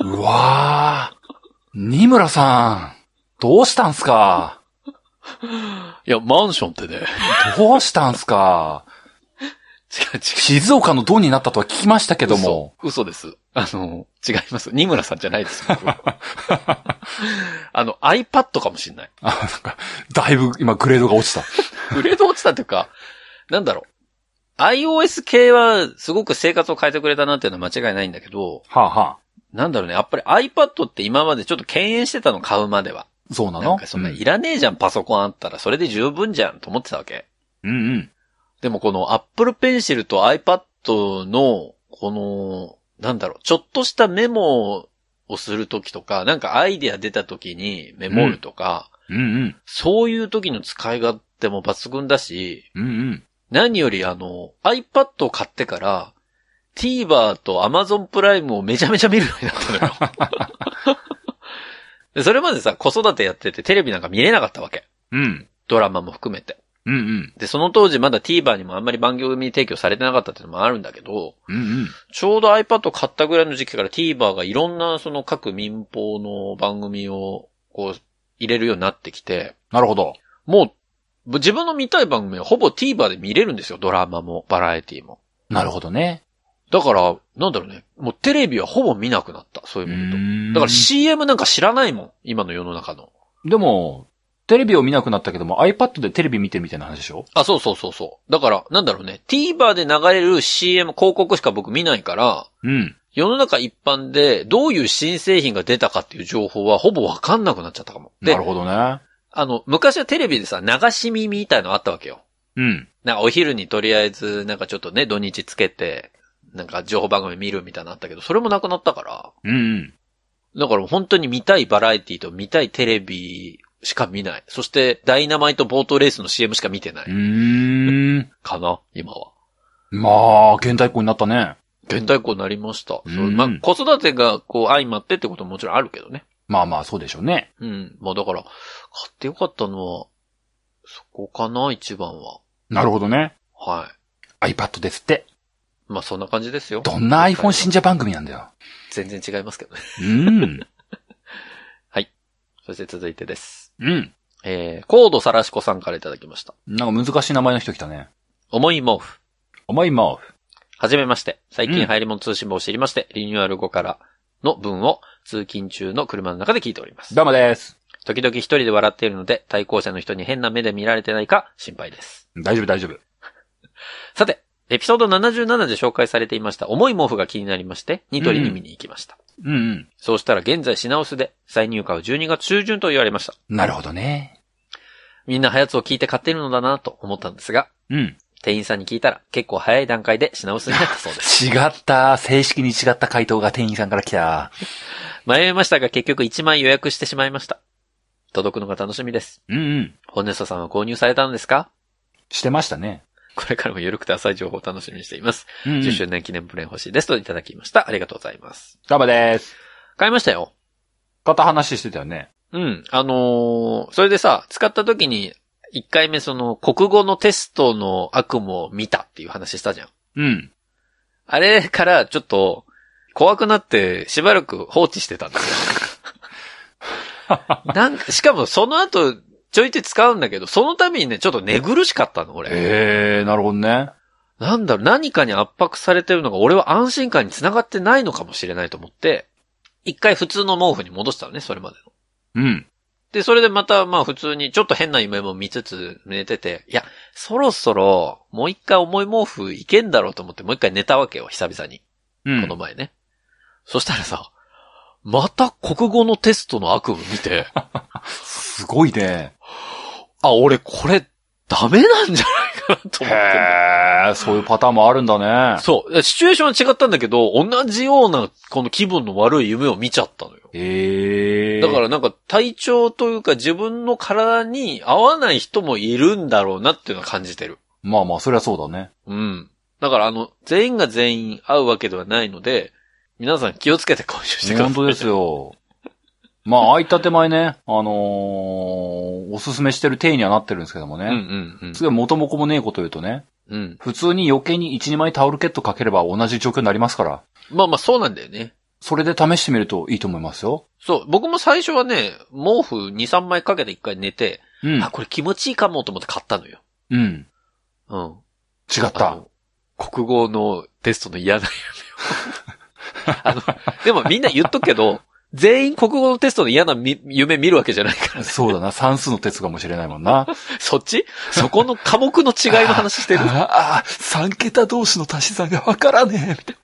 Speaker 1: な。
Speaker 2: うわー。二村さん。どうしたんすか
Speaker 1: いや、マンションってね。
Speaker 2: どうしたんすか
Speaker 1: 違う違う。
Speaker 2: 静岡のドンになったとは聞きましたけども。
Speaker 1: 嘘。嘘です。あの、違います。二村さんじゃない です。僕はあの、iPad かもしんない。
Speaker 2: あ、なんか、だいぶ今グレードが落ちた。
Speaker 1: グレード落ちたというか、なんだろう。iOS 系はすごく生活を変えてくれたなっていうのは間違いないんだけど、
Speaker 2: はあ、は
Speaker 1: なんだろうね。やっぱり iPad って今までちょっと敬遠してたの買うまでは。
Speaker 2: あ、そうなの
Speaker 1: なんかそんな、いらねえじゃん、パソコンあったら。それで十分じゃんと思ってたわけ。
Speaker 2: うん、うんうん。
Speaker 1: でもこの Apple Pencil と iPad の、この、なんだろう、ちょっとしたメモをするときとか、なんかアイデア出たときにメモるとか、
Speaker 2: うんうん。
Speaker 1: そういうときの使い勝手も抜群だし、
Speaker 2: うんうん。
Speaker 1: 何よりあの、iPad を買ってから、TVer と Amazon プライムをめちゃめちゃ見るようになったのよで。それまでさ、子育てやっててテレビなんか見れなかったわけ。
Speaker 2: うん。
Speaker 1: ドラマも含めて。
Speaker 2: うんうん。
Speaker 1: で、その当時まだ TVer にもあんまり番組提供されてなかったっていうのもあるんだけど、
Speaker 2: うんうん。
Speaker 1: ちょうど iPad を買ったぐらいの時期から TVer がいろんなその各民放の番組をこう、入れるようになってきて、
Speaker 2: なるほど。
Speaker 1: もう、ぶ自分の見たい番組はほぼ TVer で見れるんですよ。ドラマも、バラエティも。
Speaker 2: なるほどね。
Speaker 1: だから、なんだろうね。もうテレビはほぼ見なくなった。そういう意味で言うと。だから CM なんか知らないもん。今の世の中の。
Speaker 2: でも、テレビを見なくなったけども、iPad でテレビ見てるみたいな話でしょ
Speaker 1: あ、そうそうそうそう。だから、なんだろうね。TVer で流れる CM 広告しか僕見ないから、
Speaker 2: うん。
Speaker 1: 世の中一般でどういう新製品が出たかっていう情報はほぼわかんなくなっちゃったかも。で
Speaker 2: なる、ほどね。
Speaker 1: あの、昔はテレビでさ、流し見みたいのあったわけよ。
Speaker 2: うん。
Speaker 1: なんかお昼にとりあえず、なんかちょっとね、土日つけて、なんか情報番組見るみたいなのあったけど、それもなくなったから、
Speaker 2: うんうん。
Speaker 1: だから本当に見たいバラエティと見たいテレビしか見ない。そして、ダイナマイトボートレースの CM しか見てな
Speaker 2: う
Speaker 1: い。
Speaker 2: ーん。
Speaker 1: かな、今は。
Speaker 2: まあ、現代っ子になったね。
Speaker 1: 現代っ子になりました。そう
Speaker 2: うん
Speaker 1: まあ、子育てがこう相まってってことももちろんあるけどね。
Speaker 2: まあまあ、そうでしょうね。
Speaker 1: うん。まあだから、買ってよかったのは、そこかな、一番は。
Speaker 2: なるほどね。
Speaker 1: はい。
Speaker 2: iPad ですって。
Speaker 1: まあそんな感じですよ。
Speaker 2: どんな iPhone 信者番組なんだよ。
Speaker 1: 全然違いますけどね。
Speaker 2: うん。
Speaker 1: そして続いてです。
Speaker 2: うん。
Speaker 1: えー、コードサラシコさんからいただきました。
Speaker 2: なんか難しい名前の人来たね。
Speaker 1: 重い毛布。
Speaker 2: 甘いマウフ。
Speaker 1: はじめまして。最
Speaker 2: う
Speaker 1: 近
Speaker 2: ん
Speaker 1: 入り物通信簿を知りまして、リニューアル後からの文を通勤中の車の中で聞いております。
Speaker 2: ダマです。
Speaker 1: 時々一人で笑っているので、対向車の人に変な目で見られてないか心配です。
Speaker 2: 大丈夫、大丈夫。
Speaker 1: さて、エピソード77で紹介されていました重い毛布が気になりまして、ニトリに見に行きました。
Speaker 2: うんうん。
Speaker 1: そうしたら現在品薄で、再入荷は12月中旬と言われました。
Speaker 2: なるほどね。
Speaker 1: みんな早つを聞いて買っているのだなと思ったんですが、
Speaker 2: うん。
Speaker 1: 店員さんに聞いたら結構早い段階で品薄になったそう です。
Speaker 2: 違った、正式に違った回答が店員さんから来た。
Speaker 1: 迷いましたが結局1枚予約してしまいました。届くのが楽しみです。
Speaker 2: うんうん。
Speaker 1: ホネストさんは購入されたのですか
Speaker 2: してましたね。
Speaker 1: これからも緩くて浅い情報を楽しみにしています。
Speaker 2: うん、うん
Speaker 1: 10周年記念プレイ欲しいですといただきました。ありがとうございます。
Speaker 2: ダマです。
Speaker 1: 買いましたよ。
Speaker 2: 片話してたよね。
Speaker 1: うん。あのーそれでさ、使った時に、1回目その、国語のテストの悪夢を見たっていう話したじゃん。
Speaker 2: うん。
Speaker 1: あれからちょっと、怖くなって、しばらく放置してたんですよ。なんか、しかもその後、ちょいちょい使うんだけど、その度にね、ちょっと寝苦しかったの、俺。
Speaker 2: ええー、なるほどね。
Speaker 1: なんだろう、何かに圧迫されてるのが、俺は安心感につながってないのかもしれないと思って、一回普通の毛布に戻したのね、それまでの。
Speaker 2: うん。
Speaker 1: で、それでまた、まあ普通に、ちょっと変な夢も見つつ寝てて、いや、そろそろ、もう一回重い毛布いけんだろうと思って、もう一回寝たわけよ、久々に。
Speaker 2: うん。
Speaker 1: この前ね。そしたらさ、また国語のテストの悪夢見 て、
Speaker 2: すごいね。
Speaker 1: あ、俺これ、ダメなんじゃないかなと思ってんだよ。
Speaker 2: へえ、そういうパターンもあるんだね。
Speaker 1: そう。シチュエーションは違ったんだけど、同じような、この気分の悪い夢を見ちゃったのよ。
Speaker 2: ええ
Speaker 1: だからなんか体調というか自分の体に合わない人もいるんだろうなっていうのは感じてる。
Speaker 2: まあまあ、そりゃそうだね。
Speaker 1: うん。だからあの、全員が全員合うわけではないので、皆さん気をつけて購入してください。
Speaker 2: 本当ですよ。まあ、あいた手前ね、あのーおすすめしてる体にはなってるんですけども
Speaker 1: うんう
Speaker 2: ね。
Speaker 1: んうん
Speaker 2: す。ごい元も子もねえこと言うとね、
Speaker 1: うん。
Speaker 2: 普通に余計に1、2枚タオルケットかければ同じ状況になりますから、
Speaker 1: まあまあそうなんだよね。
Speaker 2: それで試してみるといいと思いますよ。
Speaker 1: そう、僕も最初はね、毛布2、3枚かけて1回寝て、
Speaker 2: うん
Speaker 1: あ、。これ気持ちいいかもと思って買ったのよ。
Speaker 2: うん。
Speaker 1: うん。
Speaker 2: 違っ
Speaker 1: あ
Speaker 2: た。
Speaker 1: の国語のテストの嫌な 夢を。あの、でもみんな言っとくけど、全員国語のテストの嫌なみ夢見るわけじゃないからね。
Speaker 2: そうだな、算数の鉄かもしれないもんな。
Speaker 1: そっちそこの科目の違いの話してる
Speaker 2: ああ、3桁同士の足し算がわからねえ、みたい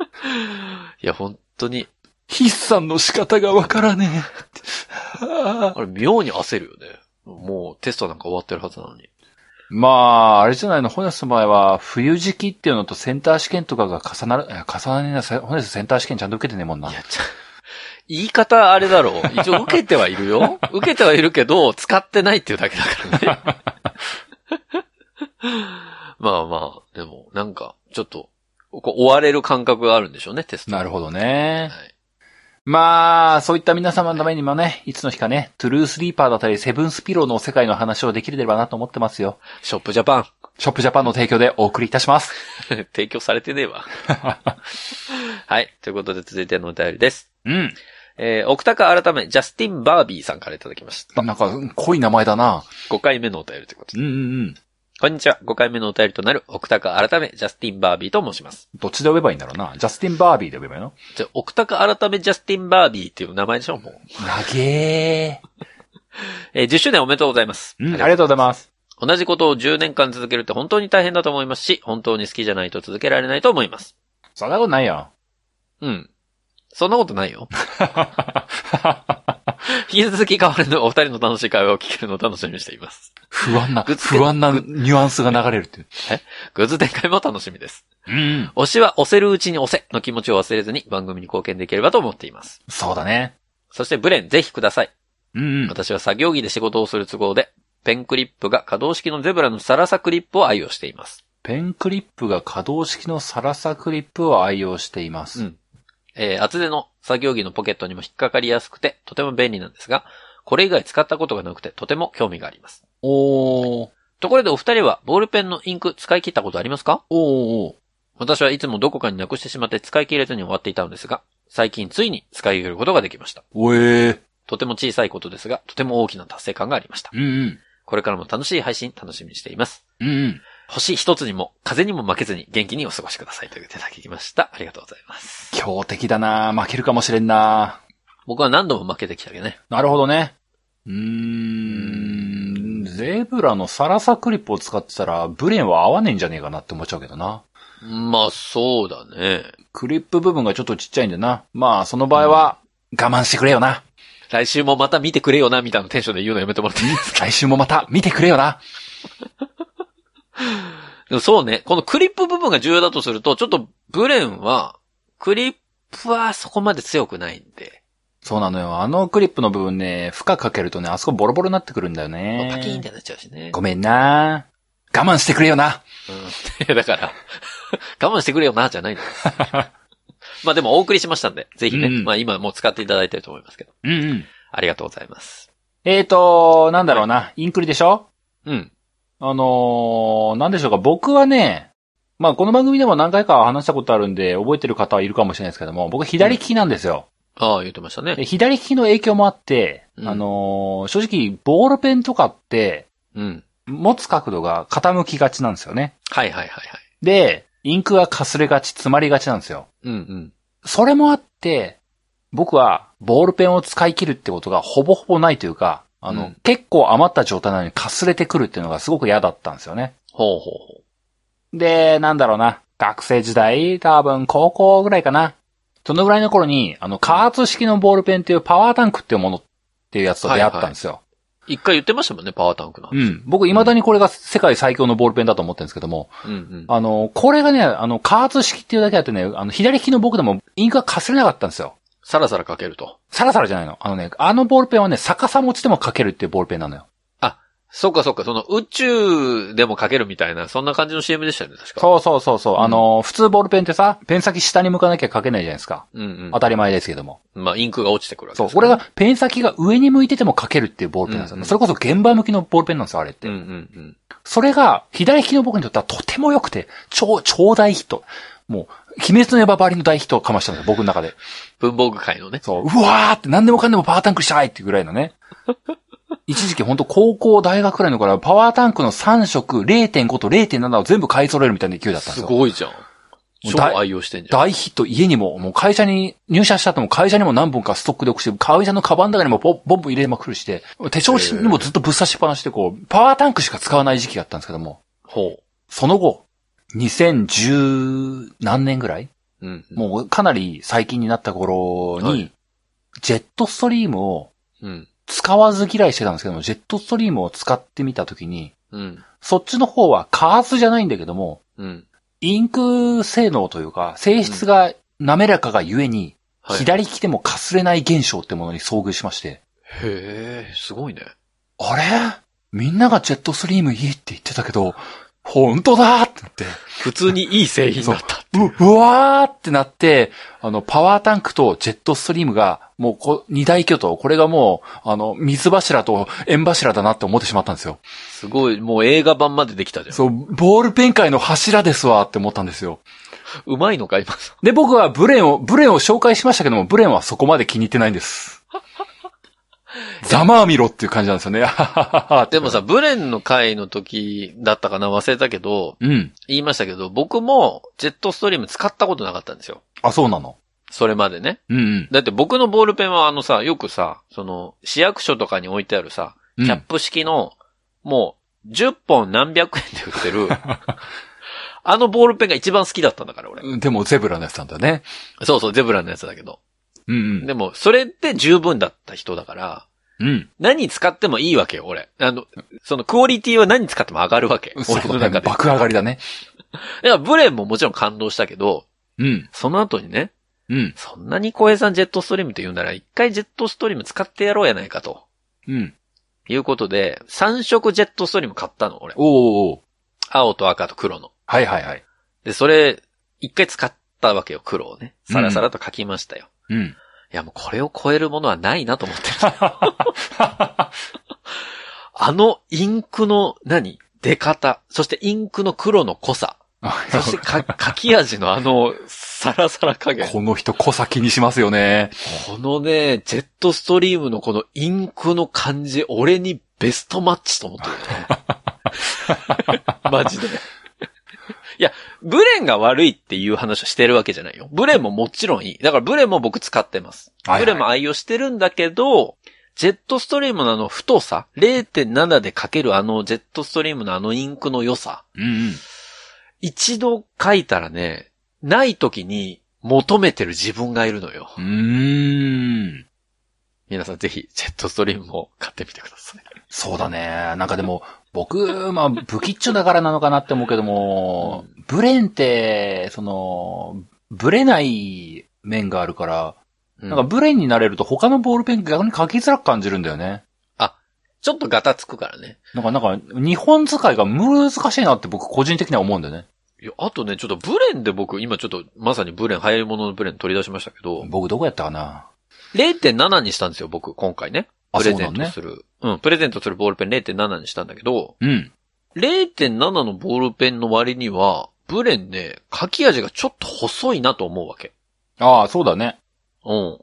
Speaker 2: な。
Speaker 1: いや、本当に、
Speaker 2: 筆算の仕方がわからねえ。
Speaker 1: あれ妙に焦るよね。もうテストなんか終わってるはずなのに。
Speaker 2: まあ、あれじゃないの、ホネスの場合は、冬時期っていうのとセンター試験とかが重なる、いや重なりなさい。ホネスセンター試験ちゃんと受けてねえもんな。
Speaker 1: いや、ちゃ、言い方あれだろう。一応受けてはいるよ。受けてはいるけど、使ってないっていうだけだからね。 まあまあ、でも、なんか、ちょっと、こう追われる感覚があるんでしょうね、テスト。
Speaker 2: なるほど
Speaker 1: は
Speaker 2: ね。
Speaker 1: い。
Speaker 2: まあ、そういった皆様のためにもね、いつの日かね、トゥルースリーパーだったり、セブンスピローの世界の話をできればなと思ってますよ。
Speaker 1: ショップジャパン、
Speaker 2: ショップジャパンの提供でお送りいたします。
Speaker 1: 提供されてねえわ。はい。ということで、続いてのお便りです。
Speaker 2: うん。
Speaker 1: えー、奥高改め、ジャスティン・バービーさんからいただきました。
Speaker 2: なんか、濃い名前だな。
Speaker 1: 5回目のお便りということで。
Speaker 2: うんうんうん。
Speaker 1: こんにちは。5回目のお便りとなる、奥高改め、ジャスティン・バービーと申します。
Speaker 2: どっちで呼べばいいんだろうな。ジャスティン・バービーで呼べばいいの
Speaker 1: じゃ、奥高改め、ジャスティン・バービーっていう名前でしょ、もう。
Speaker 2: なげ
Speaker 1: えー、10周年おめでとうございます。
Speaker 2: うん、ありがとうございます。
Speaker 1: 同じことを10年間続けるって本当に大変だと思いますし、本当に好きじゃないと続けられないと思います。
Speaker 2: そんなことない よ。
Speaker 1: うん。そんなことないよ。 引き続き変わらぬお二人の楽しい会話を聞けるのを楽しみにしています。
Speaker 2: 不安な、
Speaker 1: グッズ
Speaker 2: 不安なニュアンスが流れるっていう。
Speaker 1: グッズ展開も楽しみです。
Speaker 2: うん。
Speaker 1: 推しは押せるうちに押せの気持ちを忘れずに番組に貢献できればと思っています。
Speaker 2: そうだね。
Speaker 1: そしてブレンぜひください。
Speaker 2: うんうん。
Speaker 1: 私は作業着で仕事をする都合で、ペンクリップが可動式のゼブラのサラサクリップを愛用しています。
Speaker 2: ペンクリップが可動式のサラサクリップを愛用していま
Speaker 1: う
Speaker 2: す。
Speaker 1: んえー厚手の作業着のポケットにも引っかかりやすくて、とても便利なんですが、これ以外使ったことがなくて、とても興味があります。
Speaker 2: おー。
Speaker 1: ところでお二人は、ボールペンのインク使い切ったことありますか
Speaker 2: おーおー。
Speaker 1: 私はいつもどこかになくしてしまって使い切れずに終わっていたのですが、最近ついに使い切ることができました。
Speaker 2: おえー。
Speaker 1: とても小さいことですが、とても大きな達成感がありました。
Speaker 2: うんうん。
Speaker 1: これからも楽しい配信楽しみにしています。
Speaker 2: うんうん。
Speaker 1: 星一つにも、風にも負けずに元気にお過ごしくださいといういただきました。ありがとうございます。
Speaker 2: 強敵だな負けるかもしれんな
Speaker 1: 僕は何度も負けてきたけどね。
Speaker 2: なるほどね。うーん。ゼブラのサラサクリップを使ってたら、ブレンは合わねえんじゃねえかなって思っちゃうけどな。
Speaker 1: まあ、そうだね。
Speaker 2: クリップ部分がちょっとちっちゃいんだな。まあ、その場合は、我慢してくれよな。
Speaker 1: 来週もまた見てくれよな、みたいなテンションで言うのやめてもらっていいですか
Speaker 2: 来週もまた見てくれよな。
Speaker 1: でもそうね。このクリップ部分が重要だとすると、ちょっとブレンは、クリップはそこまで強くないんで、
Speaker 2: そうなのよ。あのクリップの部分ね、負荷かけるとね、あそこボロボロになってくるんだよ
Speaker 1: ま
Speaker 2: ね
Speaker 1: あ。パキーンってなっちゃうしね。
Speaker 2: ごめんな我慢してくれよな。
Speaker 1: うん だから、我慢してくれよな、じゃ ないの。まあでもお送りしましたんで、ぜひね、
Speaker 2: うん
Speaker 1: まあ今もう使っていただいてると思いますけど、
Speaker 2: うんうん。
Speaker 1: ありがとうございます。
Speaker 2: えーと、なんだろうな。インクリでしょ
Speaker 1: うん。
Speaker 2: あのー、なんでしょうか、僕はね、まあ、この番組でも何回か話したことあるんで、覚えてる方はいるかもしれないですけども、僕左利きなんですよ。
Speaker 1: ああ、言ってましたね
Speaker 2: で。左利きの影響もあって、
Speaker 1: うん
Speaker 2: あのー正直、ボールペンとかって、
Speaker 1: うん。
Speaker 2: 持つ角度が傾きがちなんですよね。
Speaker 1: はいはいはいはい。
Speaker 2: で、インクがかすれがち、詰まりがちなんですよ。
Speaker 1: うんうん。
Speaker 2: それもあって、僕は、ボールペンを使い切るってことがほぼほぼないというか、あ
Speaker 1: う
Speaker 2: の、
Speaker 1: ん
Speaker 2: 結構余った状態なのにかすれてくるっていうのがすごく嫌だったんですよね。
Speaker 1: ほうほうほう。
Speaker 2: で、なんだろうな。学生時代、多分高校ぐらいかな。そのぐらいの頃に、あの、加圧式のボールペンっていうパワータンクっていうものっていうやつと出会ったんですよ。
Speaker 1: 一回言ってましたもんね、パワータンクの話。
Speaker 2: うん。僕、未だにこれが世界最強のボールペンだと思ってるんですけども、
Speaker 1: うんうん。
Speaker 2: あの、これがね、あの、加圧式っていうだけあってね、あの、左利きの僕でもインクがかすれなかったんですよ。
Speaker 1: さらさらかけると。
Speaker 2: サラサラじゃないの。あのね、あのボールペンはね、逆さ持ちでも書けるっていうボールペンなのよ。
Speaker 1: そっかそっか、その宇宙でもかけるみたいな、そんな感じの CM でしたよね、確か。
Speaker 2: そうそうそうそう。あの、普通ボールペンってさ、ペン先下に向かなきゃ書けないじゃないですか。
Speaker 1: う。うん
Speaker 2: 当たり前ですけども。
Speaker 1: うん。まあ、インクが落ちてくるわけ
Speaker 2: そ
Speaker 1: で
Speaker 2: う。
Speaker 1: す
Speaker 2: こ
Speaker 1: か
Speaker 2: れ
Speaker 1: らね
Speaker 2: が、ペン先が上に向いてても書けるっていうボールペンなんですよ。
Speaker 1: うんうん
Speaker 2: それこそ現場向きのボールペンなんですよ、あれって。
Speaker 1: うんうんうん。
Speaker 2: それが、左利きの僕にとってはとても良くて、超、超大ヒット。もう、鬼滅の刃ばりの大ヒットをかましたんですよ、僕の中で。
Speaker 1: 文房具界のね。
Speaker 2: そう、うわーって何でもかんでもパワータンクしたいっていうぐらいの ね。一時期本当高校、大学くらいの頃はパワータンクの3色0.5と0.7を全部買い揃えるみたいな勢いだったんですすよ。
Speaker 1: ごいじゃん。
Speaker 2: う
Speaker 1: 超
Speaker 2: 大
Speaker 1: 愛用してんじゃん。
Speaker 2: 大ヒット、家にも、もう会社に、入社した後も会社にも何本かストックで置くし、会社のカバンの中にもボンボンボン入れまくるして、手帳にもずっとぶっ刺しっぱなしでこう、パワータンクしか使わない時期があったんですけども、
Speaker 1: ほ。
Speaker 2: その後、2010何年ぐらいう
Speaker 1: うんうん。
Speaker 2: もうかなり最近になった頃に、
Speaker 1: はい
Speaker 2: ジェットストリームを
Speaker 1: うん。
Speaker 2: 使わず嫌いしてたんですけども、ジェットストリームを使ってみた時に、
Speaker 1: うん。
Speaker 2: そっちの方は加圧じゃないんだけども、
Speaker 1: うん。
Speaker 2: インク性能というか、性質が滑らかがゆえに、
Speaker 1: はい。へ
Speaker 2: 左利きでもかすれない現象ってものに遭遇しまして、
Speaker 1: え、すごいね。
Speaker 2: あれみんながジェットストリームいいって言ってたけど、本当だーってなって、
Speaker 1: 普通にいい製品だった。
Speaker 2: う、うわーってなって、あの、パワータンクとジェットストリームが、もうこ、二大巨頭、これがもう、あの、水柱と円柱だなって思ってしまったんですよ。
Speaker 1: すごい、もう映画版までできたじゃん。
Speaker 2: そう、ボールペン界の柱ですわーって思ったんですよ。
Speaker 1: うまいのか、今さ
Speaker 2: で、僕はブレンを、ブレンを紹介しましたけども、ブレンはそこまで気に入ってないんです。ざまあみろっていう感じなんですよね。 あはははは
Speaker 1: ん。でも、さ、ブレンの回の時だったかな忘れたけど、
Speaker 2: うん。
Speaker 1: 言いましたけど、僕もジェットストリーム使ったことなかったんですよ。
Speaker 2: あ、そうなの。
Speaker 1: それまでね。
Speaker 2: うんうん。
Speaker 1: だって僕のボールペンはあのさ、よくさ、その、市役所とかに置いてあるさ、
Speaker 2: う
Speaker 1: キ
Speaker 2: ん
Speaker 1: ャップ式の、もう、10本何百円で売って る、あのボールペンが一番好きだったんだから、俺。
Speaker 2: でも、ゼブラのやつなんだね。
Speaker 1: そうそう、ゼブラのやつだけど。
Speaker 2: うんうん。
Speaker 1: でも、それで十分だった人だから、
Speaker 2: うん。
Speaker 1: 何使ってもいいわけよ、俺。あの、そのクオリティは何使っても上がるわけ。
Speaker 2: そ
Speaker 1: 俺
Speaker 2: う
Speaker 1: の
Speaker 2: だね。
Speaker 1: 中で。だか
Speaker 2: 爆上がりだね。
Speaker 1: ら、ブレンももちろん感動したけど、
Speaker 2: うん。
Speaker 1: その後にね、
Speaker 2: うん。
Speaker 1: そんなに小平さんジェットストリームと言うなら、一回ジェットストリーム使ってやろうやないかと。
Speaker 2: うん。
Speaker 1: いうことで、3色ジェットストリーム買ったの、俺。
Speaker 2: おーおー。
Speaker 1: 青と赤と黒の。
Speaker 2: はいはいはい。
Speaker 1: で、それ、一回使ったわけよ、黒をね。さらさらと書きましたよ。
Speaker 2: うん。
Speaker 1: いや、もうこれを超えるものはないなと思ってる。あのインクの何、出方。そしてインクの黒の濃さ。そしてか書き味のあの、サラサラ加減。
Speaker 2: この人、小先にしますよね。
Speaker 1: このね、ジェットストリームのこのインクの感じ、俺にベストマッチと思って るね。マジで。いや、ブレンが悪いっていう話をしてるわけじゃないよ。ブレンももちろんいい。だからブレンも僕使ってます。
Speaker 2: はいは
Speaker 1: ブ
Speaker 2: い
Speaker 1: レンも愛用してるんだけど、ジェットストリームのあの太さ、0.7でかけるあのジェットストリームのあのインクの良さ、
Speaker 2: うん
Speaker 1: 一度書いたらね、ない時に求めてる自分がいるのよ。
Speaker 2: うん。うーん。
Speaker 1: 皆さんぜひ、ジェットストリームも買ってみてください。
Speaker 2: そうだね。なんかでも、僕、まあ、不吉中だからなのかなって思うけども、ブレンって、その、ブレない面があるから、
Speaker 1: な
Speaker 2: なんかブレンになれると他のボールペン逆に書きづらく感じるんだよね。
Speaker 1: ちょっとガタつくからね。
Speaker 2: なんか、なんか、日本使いが難しいなって僕個人的には思うんだよね。
Speaker 1: いや、あとね、ちょっとブレンで僕、今ちょっと、まさにブレン、流行り物のブレン取り出しましたけど、
Speaker 2: 僕どこやったかな
Speaker 1: 0.7にしたんですよ、僕、今回ね。
Speaker 2: あ、
Speaker 1: プ
Speaker 2: そ
Speaker 1: レ
Speaker 2: う
Speaker 1: ゼ
Speaker 2: な
Speaker 1: ン
Speaker 2: ん
Speaker 1: ト
Speaker 2: ね。
Speaker 1: する。うん、プレゼントするボールペン0.7にしたんだけど、
Speaker 2: うん。
Speaker 1: 0.7のボールペンの割には、ブレンね、書き味がちょっと細いなと思うわけ。
Speaker 2: ああ、そうだね。
Speaker 1: うん。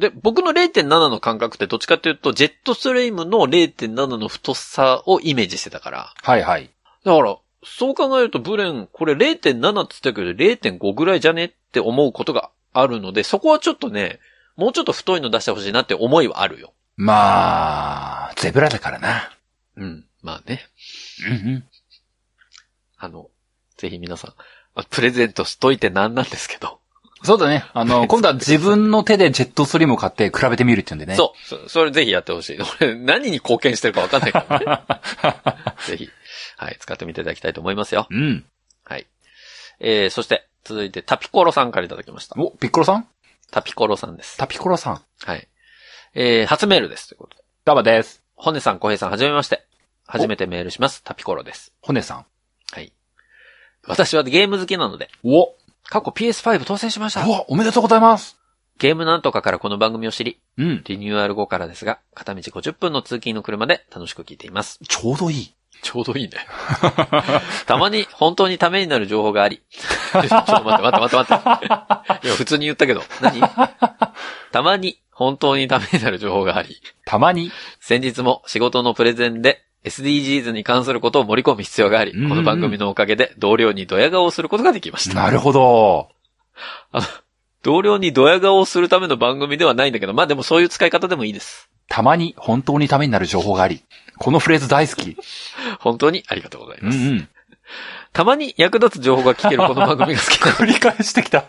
Speaker 1: で、僕の0.7の感覚ってどっちかというと、ジェットストリームの0.7の太さをイメージしてたから。
Speaker 2: はいはい。
Speaker 1: だから、そう考えるとブレン、これ0.7って言ったけど0.5ぐらいじゃねって思うことがあるので、そこはちょっとね、もうちょっと太いの出してほしいなって思いはあるよ。
Speaker 2: まあ、ゼブラだからな。
Speaker 1: うん。まあね。
Speaker 2: うんうん。
Speaker 1: あの、ぜひ皆さん、あプレゼントしといてなんなんですけど。
Speaker 2: そうだね。あの、今度は自分の手でジェットストリームを買って比べてみるっていうんでね。
Speaker 1: そう。そそれぜひやってほしい。俺、何に貢献してるかわかんない からね。ぜひ、はい、使ってみていただきたいと思いますよ。
Speaker 2: う。うん。
Speaker 1: はい。えー、そして、続いて、タピコロさんからいただきました。
Speaker 2: お、ピッコロさん
Speaker 1: タピコロさんです。
Speaker 2: タピコロさん。
Speaker 1: はい。えー、初メールです。ということで。
Speaker 2: ダバです。
Speaker 1: ホネさん、コヘイさん、はじめまして。初めてメールします。タピコロです。
Speaker 2: ホネさん。
Speaker 1: はい。私はゲーム好きなので、
Speaker 2: おう
Speaker 1: 過去 PS5 当選しました。
Speaker 2: わ、おめでとうございます。
Speaker 1: ゲームなんとかからこの番組を知り、
Speaker 2: うん。
Speaker 1: リニューアル後からですが、片道50分の通勤の車で楽しく聞いています。
Speaker 2: ちょうどいい。
Speaker 1: ちょうどいいね。 たまに本当にためになる情報があ り。ちょっと待って待って待って待って。いや、普通に言ったけど。 何たまに本当にためになる情報があり。
Speaker 2: たまに。
Speaker 1: 先日も仕事のプレゼンで SDGs に関することを盛り込む必要があり、
Speaker 2: うんうん
Speaker 1: この番組のおかげで同僚にドヤ顔をすることができました。
Speaker 2: なるほど。
Speaker 1: 同僚にドヤ顔をするための番組ではないんだけど、まあでもそういう使い方でもいいです。
Speaker 2: たまに本当にためになる情報があり。このフレーズ大好き。
Speaker 1: 本当にありがとうございます。
Speaker 2: ん。
Speaker 1: たまに役立つ情報が聞けるこの番組が好きなので
Speaker 2: 繰り返してきた。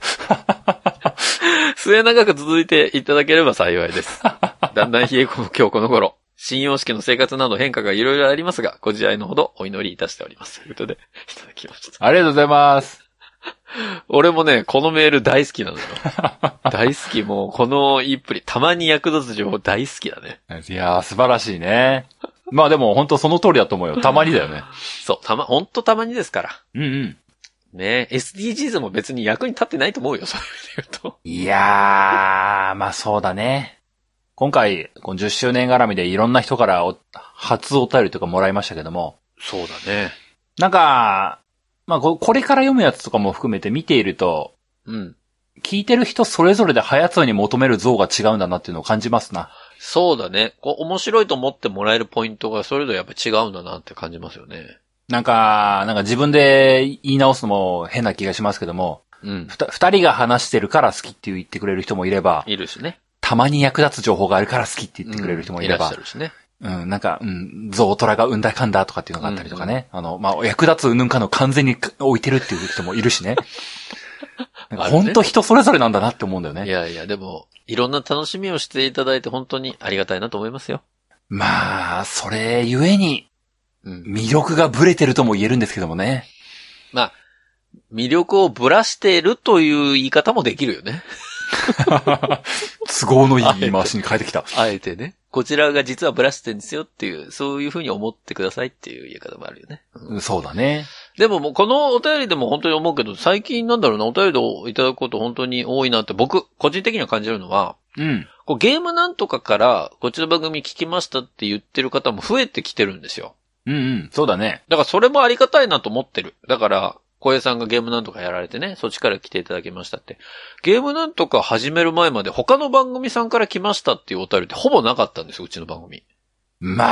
Speaker 1: 末永く続いていただければ幸い です。だんだん冷え込む今日この頃、新様式の生活など変化がいろいろありますが、ご自愛のほどお祈りいたしております。ということで、いただきました。
Speaker 2: ありがとうございます。
Speaker 1: 俺もね、このメール大好きなのよ。 大好き、もう、この言いっぷり、たまに役立つ情報大好きだね。
Speaker 2: いやー、素晴らしいね。まあでも本当その通りだと思うよ。たまにだよね。
Speaker 1: そう、たま、ほんとたまにですから。
Speaker 2: うんうん。
Speaker 1: ね SDGs も別に役に立ってないと思うよ、そういう意味で言うと。
Speaker 2: いやー、まあそうだね。今回、この10周年絡みでいろんな人からお初お便りとかもらいましたけども、
Speaker 1: そうだね。
Speaker 2: なんか、まあ、ここれから読むやつとかも含めて見ていると、
Speaker 1: うん。
Speaker 2: 聞いてる人それぞれで早通に求める像が違うんだなっていうのを感じますな。
Speaker 1: そうだね。こう、面白いと思ってもらえるポイントがそれぞれやっぱ違うんだなって感じますよね。
Speaker 2: なんか、なんか自分で言い直すのも変な気がしますけども、
Speaker 1: うん。
Speaker 2: ふた二人が話してるから好きって言ってくれる人もいれば、
Speaker 1: いるしね。
Speaker 2: たまに役立つ情報があるから好きって言ってくれる人もいれ
Speaker 1: らっ
Speaker 2: ば
Speaker 1: しゃ、るしね。
Speaker 2: うん、なんか、うん、ゾウトラが産んだかんだとかっていうのがあったりとかね。あの、まあ、役立つうんぬんかの完全に置いてるっていう人もいるしね。なん か
Speaker 1: あるね
Speaker 2: 本当人それぞれなんだなって思うんだよ
Speaker 1: い
Speaker 2: ね。
Speaker 1: やいや、でも、いろんな楽しみをしていただいて本当にありがたいなと思いますよ。
Speaker 2: まあ、それゆえに
Speaker 1: うん。
Speaker 2: 魅力がブレてるとも言えるんですけどもね。
Speaker 1: まあ、魅力をぶらしているという言い方もできるよね。
Speaker 2: 都合のいい言い回しに変えてきた。
Speaker 1: あえてね。こちらが実はぶらしてんですよっていう、そういうふうに思ってくださいっていう言い方もあるよね。うん
Speaker 2: うんそうだね。
Speaker 1: でももうこのお便りでも本当に思うけど、最近なんだろうな、お便りをいただくこと本当に多いなって僕、個人的には感じるのは、
Speaker 2: うん。
Speaker 1: こうゲームなんとかから、こっちの番組聞きましたって言ってる方も増えてきてるんですよ。
Speaker 2: うんうん。そうだね。
Speaker 1: だからそれもありがたいなと思ってる。だから、小江さんがゲームなんとかやられてね、そっちから来ていただきましたって。ゲームなんとか始める前まで他の番組さんから来ましたっていうお便りってほぼなかったんですよ、うちの番組。
Speaker 2: ま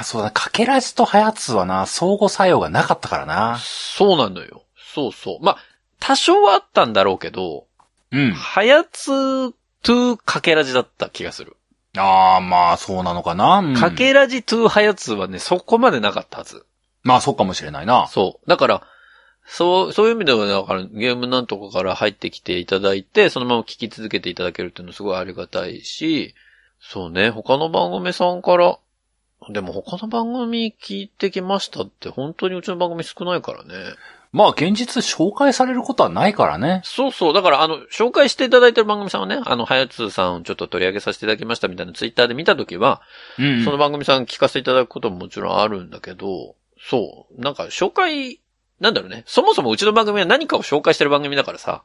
Speaker 2: あ、そうだ。かけらじとはやつはな、相互作用がなかったからな。
Speaker 1: そうなのよ。そうそう。まあ、多少はあったんだろうけど、
Speaker 2: うん。
Speaker 1: はやつ2かけらじだった気がする。
Speaker 2: ああ、まあ、そうなのかな。うん
Speaker 1: かけらじ2はやつはね、そこまでなかったはず。
Speaker 2: まあ、そうかもしれないな。
Speaker 1: そう。だから、そう、そういう意味では、だから、ゲームなんとかから入ってきていただいて、そのまま聞き続けていただけるっていうのはすごいありがたいし、そうね、他の番組さんから、でも他の番組聞いてきましたって、本当にうちの番組少ないからね。
Speaker 2: まあ、現実紹介されることはないからね。
Speaker 1: そうそう。だから、あの、紹介していただいてる番組さんはね、あの、はやつーさんをちょっと取り上げさせていただきましたみたいなツイッターで見たときは、
Speaker 2: うんうん
Speaker 1: その番組さん聞かせていただくことももちろんあるんだけど、そう。なんか紹介、なんだろうね。そもそもうちの番組は何かを紹介してる番組だからさ、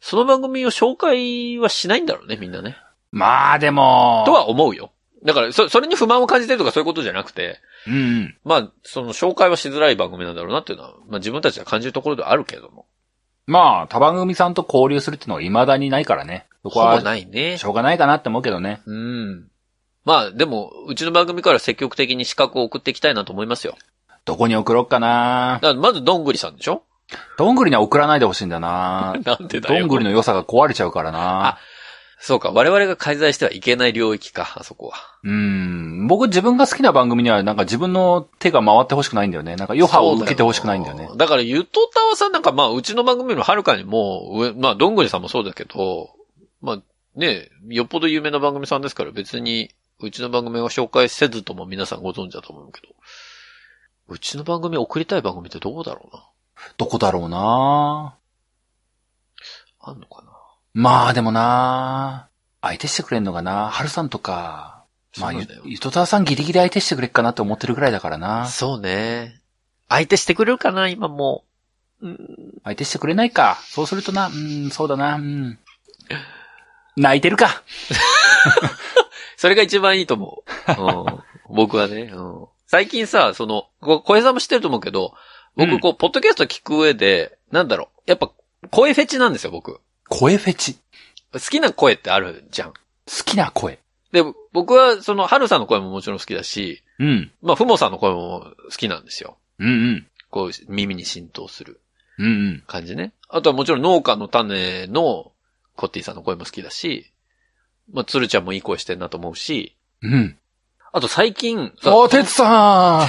Speaker 1: その番組を紹介はしないんだろうね、みんなね。
Speaker 2: まあ、でも。
Speaker 1: とは思うよ。だから、そ、それに不満を感じてるとかそういうことじゃなくて、
Speaker 2: うんうん。
Speaker 1: まあ、その紹介はしづらい番組なんだろうなっていうのは、まあ自分たちが感じるところではあるけども。
Speaker 2: まあ、他番組さんと交流するっていうのは未だにないからね。そこ
Speaker 1: ほぼ
Speaker 2: は、
Speaker 1: ないね
Speaker 2: し。ょうがないかなって思うけどね。
Speaker 1: うん。まあ、でも、うちの番組から積極的に資格を送っていきたいなと思いますよ。
Speaker 2: どこに送ろうかな
Speaker 1: だ。からまず、どんぐりさんでしょ。
Speaker 2: どんぐりには送らないでほしいんだな
Speaker 1: なんでだ
Speaker 2: ど
Speaker 1: よ。
Speaker 2: んぐりの良さが壊れちゃうから
Speaker 1: あ
Speaker 2: な。
Speaker 1: そうか、我々が介在してはいけない領域か、あそこは。
Speaker 2: うん。僕自分が好きな番組にはなんか自分の手が回ってほしくないんだよね。なんか余波を受けてほしくないんだよね。
Speaker 1: だから、ゆとたわさんなんか、まあ、うちの番組よりもはるかにもう、上まあ、どんぐりさんもそうだけど、まあ、ね、よっぽど有名な番組さんですから、別に、うちの番組を紹介せずとも皆さんご存知だと思うけど、うちの番組送りたい番組ってどこだろうな。
Speaker 2: どこだろうな。
Speaker 1: あんのかな。
Speaker 2: まあでもな。相手してくれんのかな。春さんとか。まあ、
Speaker 1: そう
Speaker 2: ゆ
Speaker 1: だよ
Speaker 2: ゆとたわさんギリギリ相手してくれっかなって思ってるぐらいだからな。
Speaker 1: そうね。相手してくれるかな、今もう。うん、
Speaker 2: 相手してくれないか。そうするとな、うん、そうだな、うん。泣いてるか。
Speaker 1: それが一番いいと思う。 うん、僕はね、うん。最近さ、その、こ小江さんも知ってると思うけど、
Speaker 2: う
Speaker 1: 僕、
Speaker 2: ん
Speaker 1: こう、ポッドキャスト聞く上で、なんだろう、やっぱ、声フェチなんですよ、僕。
Speaker 2: 声フェチ。
Speaker 1: 好
Speaker 2: 好
Speaker 1: きな声ってあるじゃん。
Speaker 2: きな声。
Speaker 1: で、僕は、その、春さんの声ももちろん好きだし、
Speaker 2: うん。
Speaker 1: まあ、ふもさんの声も好きなんですよ。
Speaker 2: うんうん。
Speaker 1: こう、耳に浸透する
Speaker 2: うんうん。
Speaker 1: 感じね。あとはもちろん、農家の種のコッティさんの声も好きだし、まあ、鶴ちゃんもいい声してんなと思うし、
Speaker 2: うん。
Speaker 1: あと最近、
Speaker 2: おー、てつさ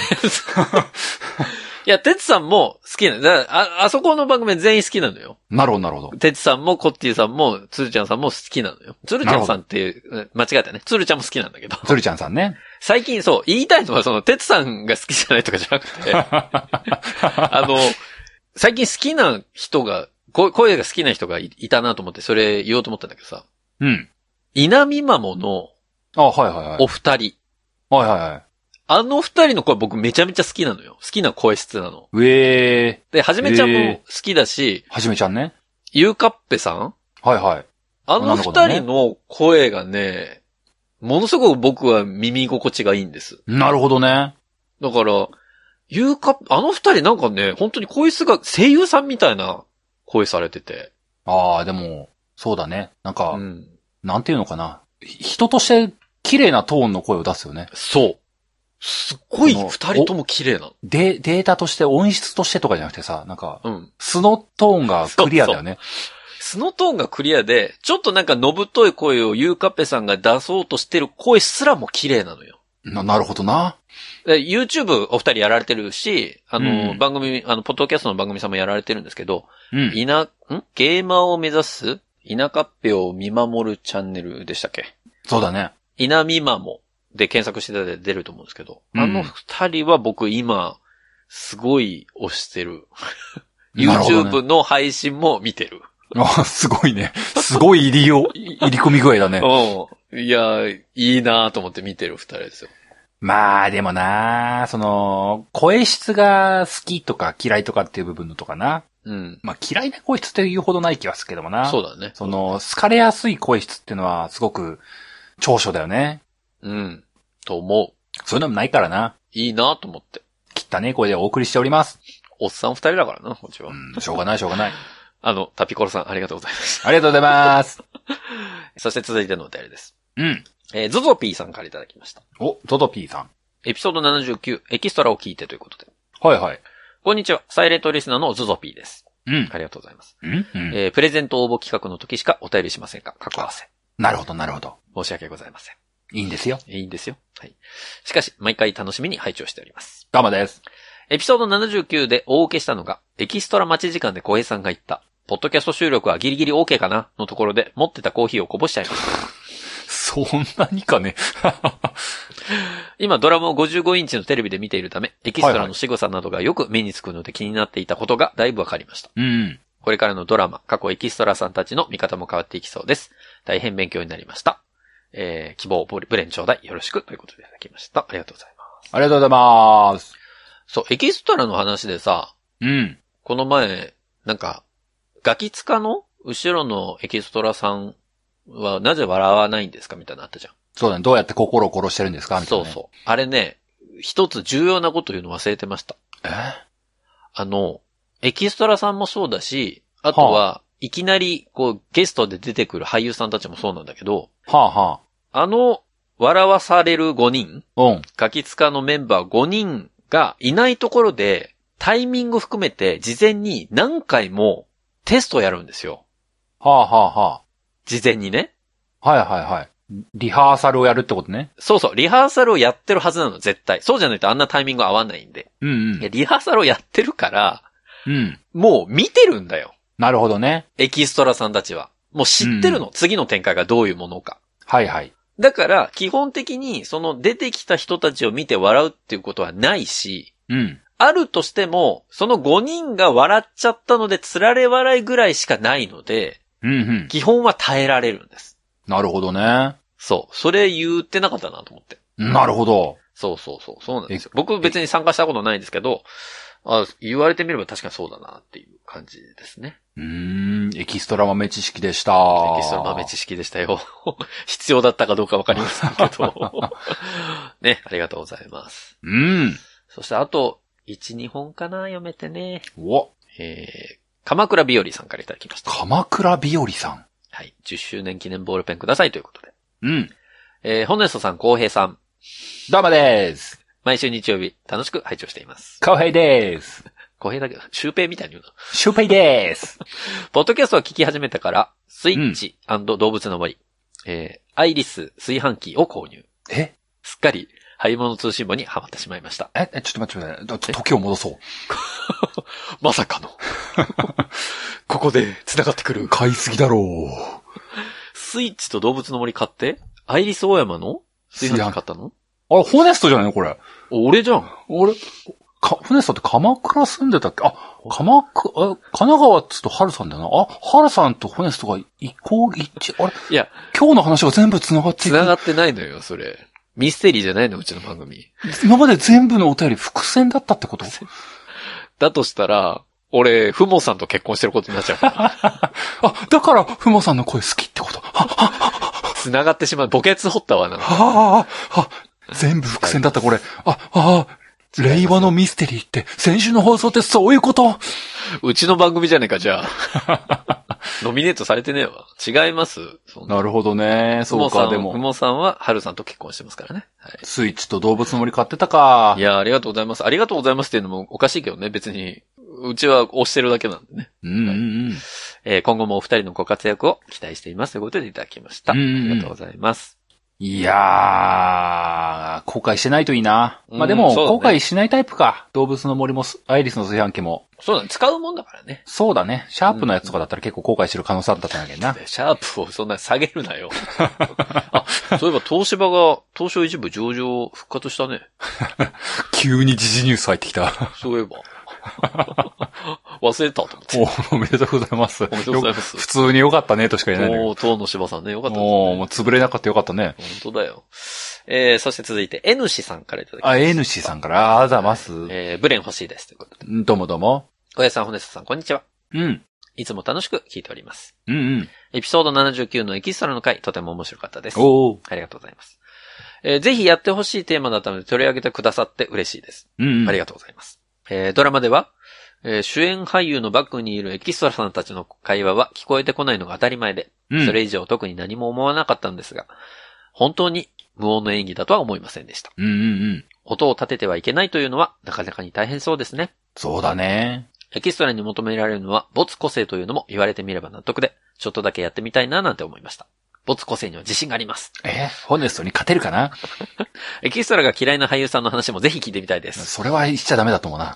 Speaker 1: いや、てつさんも好きなだあ、あそこの番組全員好きなのよ。
Speaker 2: ん なるほど、なるほど。
Speaker 1: てつさんも、こっちーさんも、つるちゃんさんも好きなのよ。つるちゃんさんっていう、間違えたね。つるちゃんも好きなんだけど。
Speaker 2: つるちゃんさん ね。
Speaker 1: 最近そう、言いたいのはその、てつさんが好きじゃないとかじゃなく て、あの、最近好きな人が、こ声が好きな人がいいたなと思って、それ言おうと思ったんだけどさ、
Speaker 2: うん。
Speaker 1: 稲見まもの
Speaker 2: あ、はいはいはい。
Speaker 1: お二人。
Speaker 2: はいはいはい。
Speaker 1: あの二人の声僕めちゃめちゃ好きなのよ。好きな声質なの。
Speaker 2: うえ
Speaker 1: で、はじめちゃんも好きだし、
Speaker 2: ー、はじめちゃんね。
Speaker 1: ゆうかっぺさん
Speaker 2: はいはい。
Speaker 1: あの二人の声がね、ものすごく僕は耳心地がいいんです。
Speaker 2: なるほどね。
Speaker 1: だから、ゆうか、あの二人なんかね、本当に声質が声優さんみたいな声されてて。
Speaker 2: ああ、でも、そうだね。なんか、
Speaker 1: うん。
Speaker 2: なんていうのかな。ひ人として綺麗なトーンの声を出すよね。
Speaker 1: そう。すっごい
Speaker 2: この
Speaker 1: 二人とも綺麗なの。
Speaker 2: で、データとして音質としてとかじゃなくてさ、なんか、
Speaker 1: うん。
Speaker 2: 素のトーンがクリアだよね。
Speaker 1: スノトーンがクリアで、ちょっとなんかのぶとい声をゆうかっぺさんが出そうとしてる声すらも綺麗なのよ。
Speaker 2: な、なるほどな。
Speaker 1: で YouTube お二人やられてるし、あの、
Speaker 2: うん
Speaker 1: 番組、あの、ポッドキャストの番組さんもやられてるんですけど、
Speaker 2: うん。
Speaker 1: いな、んゲーマーを目指す田舎っぺを見守るチャンネルでしたっけ
Speaker 2: そうだね。
Speaker 1: 稲見まもで検索していただいて出ると思うんですけど、
Speaker 2: うん
Speaker 1: あの二人は僕今、すごい推してる。
Speaker 2: なるほどね
Speaker 1: YouTube の配信も見てる。
Speaker 2: あ、すごいね。すごい入りよ、い入り込み具合だね。
Speaker 1: うん。いや、いいなと思って見てる二人ですよ。
Speaker 2: まあ、でもな、その、声質が好きとか嫌いとかっていう部分のとかな。
Speaker 1: うん。
Speaker 2: まあ、嫌いな声質って言うほどない気はするけどもな。
Speaker 1: そうだね。
Speaker 2: その、好かれやすい声質っていうのはすごく長所だよね。
Speaker 1: うん。と思う。
Speaker 2: そういうのもないからな。
Speaker 1: いいなと思って。
Speaker 2: 汚ねえ声でお送りしております。
Speaker 1: おっさん二人だからな、こっちは。
Speaker 2: うん、しょうがない、しょうがない。
Speaker 1: あの、タピコロさんありがとうございます。
Speaker 2: ありがとうございます。
Speaker 1: そして続いてのお便りです。
Speaker 2: うん。
Speaker 1: えー、ゾゾピーさんからいただきました。
Speaker 2: お、ゾゾピーさん。
Speaker 1: エピソード79、エキストラを聞いてということで。
Speaker 2: はいはい。
Speaker 1: こんにちは。サイレントリスナーのゾゾピーです。
Speaker 2: うん。
Speaker 1: ありがとうございます。
Speaker 2: うん、うん、
Speaker 1: えープレゼント応募企画の時しかお便りしませんが、過去合わせ。
Speaker 2: なるほど、なるほど。
Speaker 1: 申し訳ございません。
Speaker 2: いいんですよ。
Speaker 1: いいんですよ。はい。しかし、毎回楽しみに拝聴しております。
Speaker 2: ガマです。
Speaker 1: エピソード79で大受けしたのが、エキストラ待ち時間で小平さんが言った、ポッドキャスト収録はギリギリ OK かなのところで、持ってたコーヒーをこぼしちゃいました。
Speaker 2: そんなにかね。
Speaker 1: 今、ドラマを55インチのテレビで見ているため、エキストラの仕草などがよく目につくので気になっていたことがだいぶわかりました。
Speaker 2: うん。
Speaker 1: これからのドラマ、過去エキストラさんたちの見方も変わっていきそうです。大変勉強になりました。えー、希望ブレ、ブレンちょうだい。よろしく。ということでいただきました。ありがとうございま
Speaker 2: ありがとうございます。
Speaker 1: す。そう、エキストラの話でさ、
Speaker 2: うん。
Speaker 1: この前、なんか、ガキツカの後ろのエキストラさんはなぜ笑わないんですかみたいなのあったじゃん。
Speaker 2: そうだね。どうやって心を殺してるんですかみたい
Speaker 1: そ
Speaker 2: な、
Speaker 1: う
Speaker 2: ね。う。
Speaker 1: そう。あれね、一つ重要なこと言うの忘れてました。
Speaker 2: え
Speaker 1: あの、エキストラさんもそうだし、あとは、いきなり、こう、ゲストで出てくる俳優さんたちもそうなんだけど、
Speaker 2: はあは
Speaker 1: あの、笑わされる5人、
Speaker 2: あ。うん。
Speaker 1: ガキツカのメンバー5人がいないところで、タイミング含めて事前に何回もテストをやるんですよ。
Speaker 2: はあはあは
Speaker 1: 事前にね。
Speaker 2: あ。はいはいはい。リハーサルをやるってことね。
Speaker 1: そうそう、リハーサルをやってるはずなの、絶対。そうじゃないとあんなタイミング合わないんで。
Speaker 2: うんう
Speaker 1: いや
Speaker 2: ん。
Speaker 1: リハーサルをやってるから、
Speaker 2: うん。
Speaker 1: もう見てるんだよ。
Speaker 2: なるほどね。
Speaker 1: エキストラさんたちは。もう知ってるの、次の展開がどういうものか。
Speaker 2: はいはい。
Speaker 1: だから、基本的に、その出てきた人たちを見て笑うっていうことはないし、
Speaker 2: うん。
Speaker 1: あるとしても、その5人が笑っちゃったので、つられ笑いぐらいしかないので、
Speaker 2: うんうん。
Speaker 1: 基本は耐えられるんです。
Speaker 2: なるほどね。
Speaker 1: そう。それ言ってなかったなと思って。
Speaker 2: なるほど。
Speaker 1: そうそうそう。そうなんですよ。僕別に参加したことないんですけど、あ言われてみれば確かにそうだなっていう感じですね。
Speaker 2: うーん。エキストラ豆知識でした。
Speaker 1: エキストラ豆知識でしたよ。 必要だったかどうかわかりませんけど。 ね、ありがとうございます。
Speaker 2: うん。
Speaker 1: そしてあと、1、2本かな読めてね。
Speaker 2: お、
Speaker 1: えー、鎌倉日和さんからいただきました。
Speaker 2: 鎌倉日和さ
Speaker 1: はい。10周年記念ボールペンくださいということで。
Speaker 2: ん。うん。
Speaker 1: えー、ホネストさん、浩平さん、
Speaker 2: どうもです。
Speaker 1: 毎週日曜日、楽しく拝聴しています。
Speaker 2: 浩平です。
Speaker 1: 浩平だけど、シュウペイみたいに言うな。
Speaker 2: シュウペイです。
Speaker 1: ポッドキャストを聞き始めたから、スイッチ動物の森、えー、アイリス炊飯器を購入。
Speaker 2: え
Speaker 1: すっかり、ハリモノ通信簿にハマってしまいました。
Speaker 2: え、えちょっと待って待ってちょっと時を戻そう。
Speaker 1: まさかの。 ここで、繋がってくる。
Speaker 2: 買いすぎだろう。
Speaker 1: スイッチと動物の森買って、アイリス大山の炊飯器買ったの
Speaker 2: あれ、ホネストじゃないのこれ。
Speaker 1: お俺じゃん。
Speaker 2: 俺、か、ホネストって鎌倉住んでたっけあ、鎌倉、え、神奈川っつうとハルさんだよな。あ、ハルさんとホネストが一向一致、あれ
Speaker 1: いや、
Speaker 2: 今日の話が全部繋がってい
Speaker 1: 繋が
Speaker 2: く。
Speaker 1: ってないのよ、それ。ミステリーじゃないの、うちの番組。
Speaker 2: 今まで全部のお便り伏線だったってこと
Speaker 1: だとしたら、俺、ふもさんと結婚してることになっちゃう から。
Speaker 2: あ、だから、ふもさんの声好きってこと。は、
Speaker 1: 繋がってしまう。墓穴掘ったわな。
Speaker 2: はあ、は、全部伏線だった、これ。あ、ああ、令和のミステリーって、先週の放送ってそういうこと
Speaker 1: うちの番組じゃねえか、じゃあ。 ノミネートされてねえわ。違います。そんな
Speaker 2: なるほどね。そう
Speaker 1: ふもさ
Speaker 2: か、
Speaker 1: ん
Speaker 2: で
Speaker 1: ふ
Speaker 2: も。
Speaker 1: もさんは、はるさんと結婚してますからね。はい。
Speaker 2: スイッチと動物の森買ってたか
Speaker 1: い。やーありがとうございます。ありがとうございますっていうのもおかしいけどね、別に。うちは押してるだけなんでね。
Speaker 2: うんうんうん。
Speaker 1: えー今後もお二人のご活躍を期待していますということでいただきました。
Speaker 2: うんうん
Speaker 1: ありがとうございます。
Speaker 2: いやー、後悔してないといいな。ま
Speaker 1: う
Speaker 2: あ
Speaker 1: ん
Speaker 2: でも、
Speaker 1: そうだね
Speaker 2: 後悔しないタイプか。動物の森もす、アイリスの炊飯器も。
Speaker 1: そうだね、使うもんだからね。
Speaker 2: そうだね。シャープのやつとかだったら結構後悔してる可能性あったんだけどな。
Speaker 1: シャープをそんな下げるなよ。あ、そういえば東芝が、東証一部上場復活したね。
Speaker 2: 急に時事ニュース入ってきた。
Speaker 1: そういえば。忘れたと思って。
Speaker 2: おおめでとうござい ます。お
Speaker 1: めでとうございます
Speaker 2: 普通に良かったね、としか言えないんだけど。
Speaker 1: もう、当の芝さんね、よかったですね。
Speaker 2: おーもう潰れなかったよかったね。
Speaker 1: 本当だよ。えー、そして続いて、N 氏さんからいただきま
Speaker 2: あ、
Speaker 1: した。
Speaker 2: N 氏さんから、ああざます。
Speaker 1: えー、ブレン欲しいです。ということで。
Speaker 2: どうもどうも。
Speaker 1: 小屋さん、本ネさん、こんにちは。
Speaker 2: うん。
Speaker 1: いつも楽しく聞いております。
Speaker 2: うんうん。
Speaker 1: エピソード79のエキストラの回、とても面白かったです。
Speaker 2: おお。
Speaker 1: ありがとうございます。えーぜひやってほしいテーマだったので取り上げてくださって嬉しいです。
Speaker 2: うん、うん。
Speaker 1: あり
Speaker 2: が
Speaker 1: がとうございます。えードラマでは、えー主演俳優のバックにいるエキストラさんたちの会話は聞こえてこないのが当たり前で、
Speaker 2: うん。
Speaker 1: それ以上特に何も思わなかったんですが、本当に無音の演技だとは思いませんでした。
Speaker 2: うんうんうん。
Speaker 1: 音を立ててはいけないというのはなかなかに大変そうですね。
Speaker 2: そうだね。
Speaker 1: エキストラに求められるのは没個性というのも言われてみれば納得で、ちょっとだけやってみたいななんて思いました。没個性には自信があります。
Speaker 2: え、ホネストに勝てるかな
Speaker 1: エキストラが嫌いな俳優さんの話もぜひ聞いてみたいです。
Speaker 2: それは言っちゃダメだと思うな。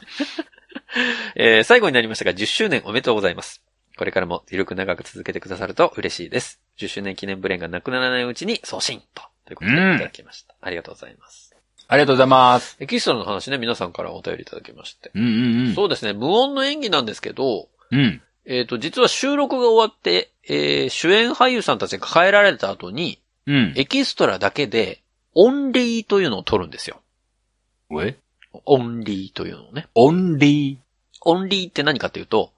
Speaker 1: えー最後になりましたが、10周年おめでとうございます。これからもゆるく長く続けてくださると嬉しいです。10周年記念ブレーンがなくならないうちに送信と。ということで
Speaker 2: うん
Speaker 1: いただきました。ありがとうございます。
Speaker 2: ありがとうございます。
Speaker 1: エキストラの話ね、皆さんからお便りいただきまして。
Speaker 2: うんうんうん。
Speaker 1: そうですね、無音の演技なんですけど、
Speaker 2: うん。
Speaker 1: えっ、と、実は収録が終わって、えー主演俳優さんたちが帰られた後に、
Speaker 2: うん。
Speaker 1: エキストラだけで、オンリーというのを撮るんですよ。
Speaker 2: え
Speaker 1: オンリーというのをね。
Speaker 2: オンリー、
Speaker 1: オンリーって何かというと、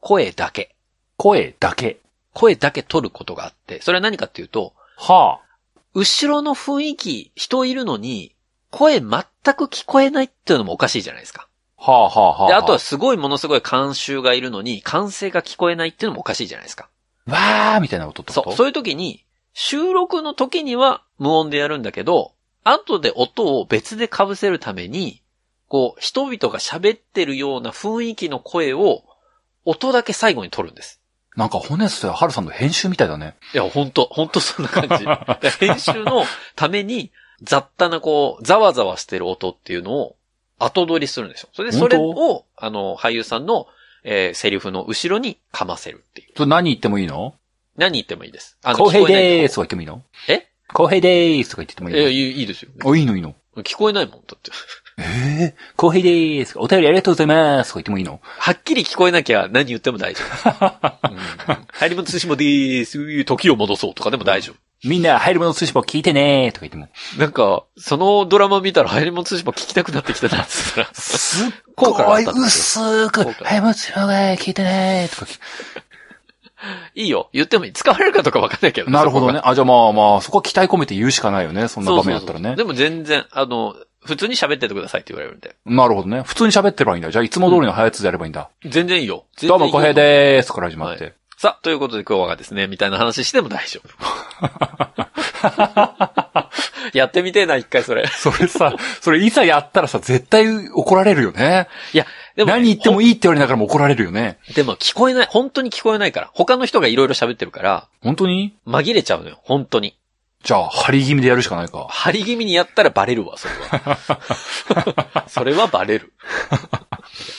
Speaker 1: 声だけ。
Speaker 2: 声だけ。
Speaker 1: 声だけ撮ることがあって、それは何かっていうと、
Speaker 2: はあ。
Speaker 1: 後ろの雰囲気、人いるのに、声全く聞こえないっていうのもおかしいじゃないですか。
Speaker 2: はあはあはあ。
Speaker 1: で、あとは、すごいものすごい監修がいるのに、歓声が聞こえないっていうのもおかしいじゃないですか。
Speaker 2: わーみたいな音ってこ
Speaker 1: そ
Speaker 2: と
Speaker 1: う。そういう時に、収録の時には無音でやるんだけど、後で音を別で被せるために、こう、人々が喋ってるような雰囲気の声を、音だけ最後に撮るんです。
Speaker 2: なんか、ホネストやハルさんの編集みたいだね。
Speaker 1: いや、ほんと、ほんとそんな感じ。だから編集のために、雑多なこう、ざわざわしてる音っていうのを後取りするんですよ。それで、そ
Speaker 2: 本当
Speaker 1: れを、あの、俳優さんの、えーセリフの後ろにかませるっていう。
Speaker 2: それ何言ってもいいの
Speaker 1: 何言ってもいいです。あの
Speaker 2: 公平でー
Speaker 1: す。
Speaker 2: すとか言ってもいいの
Speaker 1: え
Speaker 2: 公平でーすとか言っててもいい
Speaker 1: え
Speaker 2: の
Speaker 1: いいいいですよ。
Speaker 2: お、いいのいいの。
Speaker 1: 聞こえないもん、だって。
Speaker 2: ええ公平でーす。お便りありがとうございます。とか言ってもいいの
Speaker 1: はっきり聞こえなきゃ何言っても大丈夫。う ん、入り物通信もでーす。時を戻そうとかでも大丈夫。
Speaker 2: みんな、入るもの寿司も聞いてねー。とか言っても。
Speaker 1: なんか、そのドラマ見たら入り物通信も聞きたくなってきたな、つったら。
Speaker 2: すっ
Speaker 1: 効果が
Speaker 2: ご
Speaker 1: あっ
Speaker 2: い
Speaker 1: たんだけど
Speaker 2: 薄く、
Speaker 1: 効果
Speaker 2: 入るもの寿司も聞いてねー。とか。
Speaker 1: いいよ。言ってもいい。使われるかとかわかんないけど。
Speaker 2: なるほど
Speaker 1: そこ
Speaker 2: ね。あ、じゃあまあまあ、そこは期待込めて言うしかないよね。そん
Speaker 1: が。そ
Speaker 2: な
Speaker 1: う
Speaker 2: 場
Speaker 1: そう
Speaker 2: 面
Speaker 1: そ
Speaker 2: だ
Speaker 1: う
Speaker 2: ったらね。
Speaker 1: でも全然、あの、普通に喋っててくださいって言われるんで。
Speaker 2: なるほどね。普通に喋ってればいいんだ。じゃあ、いつも通りの早やつでやればいいんだ。
Speaker 1: 全然いいよ。全
Speaker 2: ど
Speaker 1: 然
Speaker 2: う
Speaker 1: いい
Speaker 2: も、
Speaker 1: よ
Speaker 2: 公平。でーす。から始まって。
Speaker 1: さあ、ということで今日はですね、みたいな話しても大丈 夫。やってみてえな、一回 それ。
Speaker 2: それさ、それいざやったらさ、絶対怒られるよね。
Speaker 1: いや、でも、
Speaker 2: 何言ってもいいって言われながらも怒られるよね。
Speaker 1: でも聞こえない、本当に聞こえないから。他の人がいろいろ喋ってるから、
Speaker 2: 本当に
Speaker 1: 紛れちゃうのよ、本当に。
Speaker 2: じゃあ、張り気味でやるしかないか。
Speaker 1: 張り気味にやったらバレるわ、それ は。それはバレる。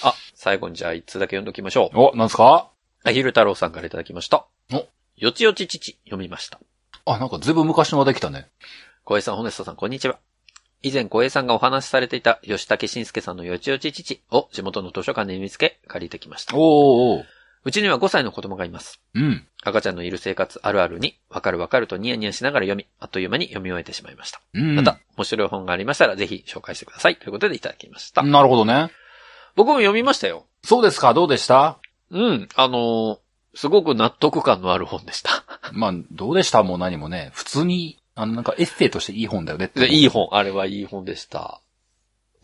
Speaker 1: あ、最後にじゃあ一通だけ読んどきましょう。
Speaker 2: お、なんすか
Speaker 1: アヒル太郎さんからいただきました。
Speaker 2: お
Speaker 1: よちよち父、読みました。
Speaker 2: あ、なんかずいぶん昔の話題来たね。
Speaker 1: 小江さん、ホネストさん、こんにちは。以前、小江さんがお話しされていた、吉武慎介さんのよちよち父を地元の図書館で見つけ、借りてきました。
Speaker 2: おーおー
Speaker 1: うちには5歳の子供がいます。
Speaker 2: うん。
Speaker 1: 赤ちゃんのいる生活あるあるに、わかるわかるとニヤニヤしながら読み、あっという間に読み終えてしまいました。
Speaker 2: うん。
Speaker 1: また、面白い本がありましたら、ぜひ紹介してください。ということでいただきました。
Speaker 2: なるほどね。
Speaker 1: 僕も読みましたよ。
Speaker 2: そうですかどうでした
Speaker 1: うん、あのーすごく納得感のある本でした。
Speaker 2: まあ、どうでしたもう何もね。普通に、あの、なんかエッセイとしていい本だよねって。
Speaker 1: で、い
Speaker 2: い。
Speaker 1: い本。あれはいい本でした。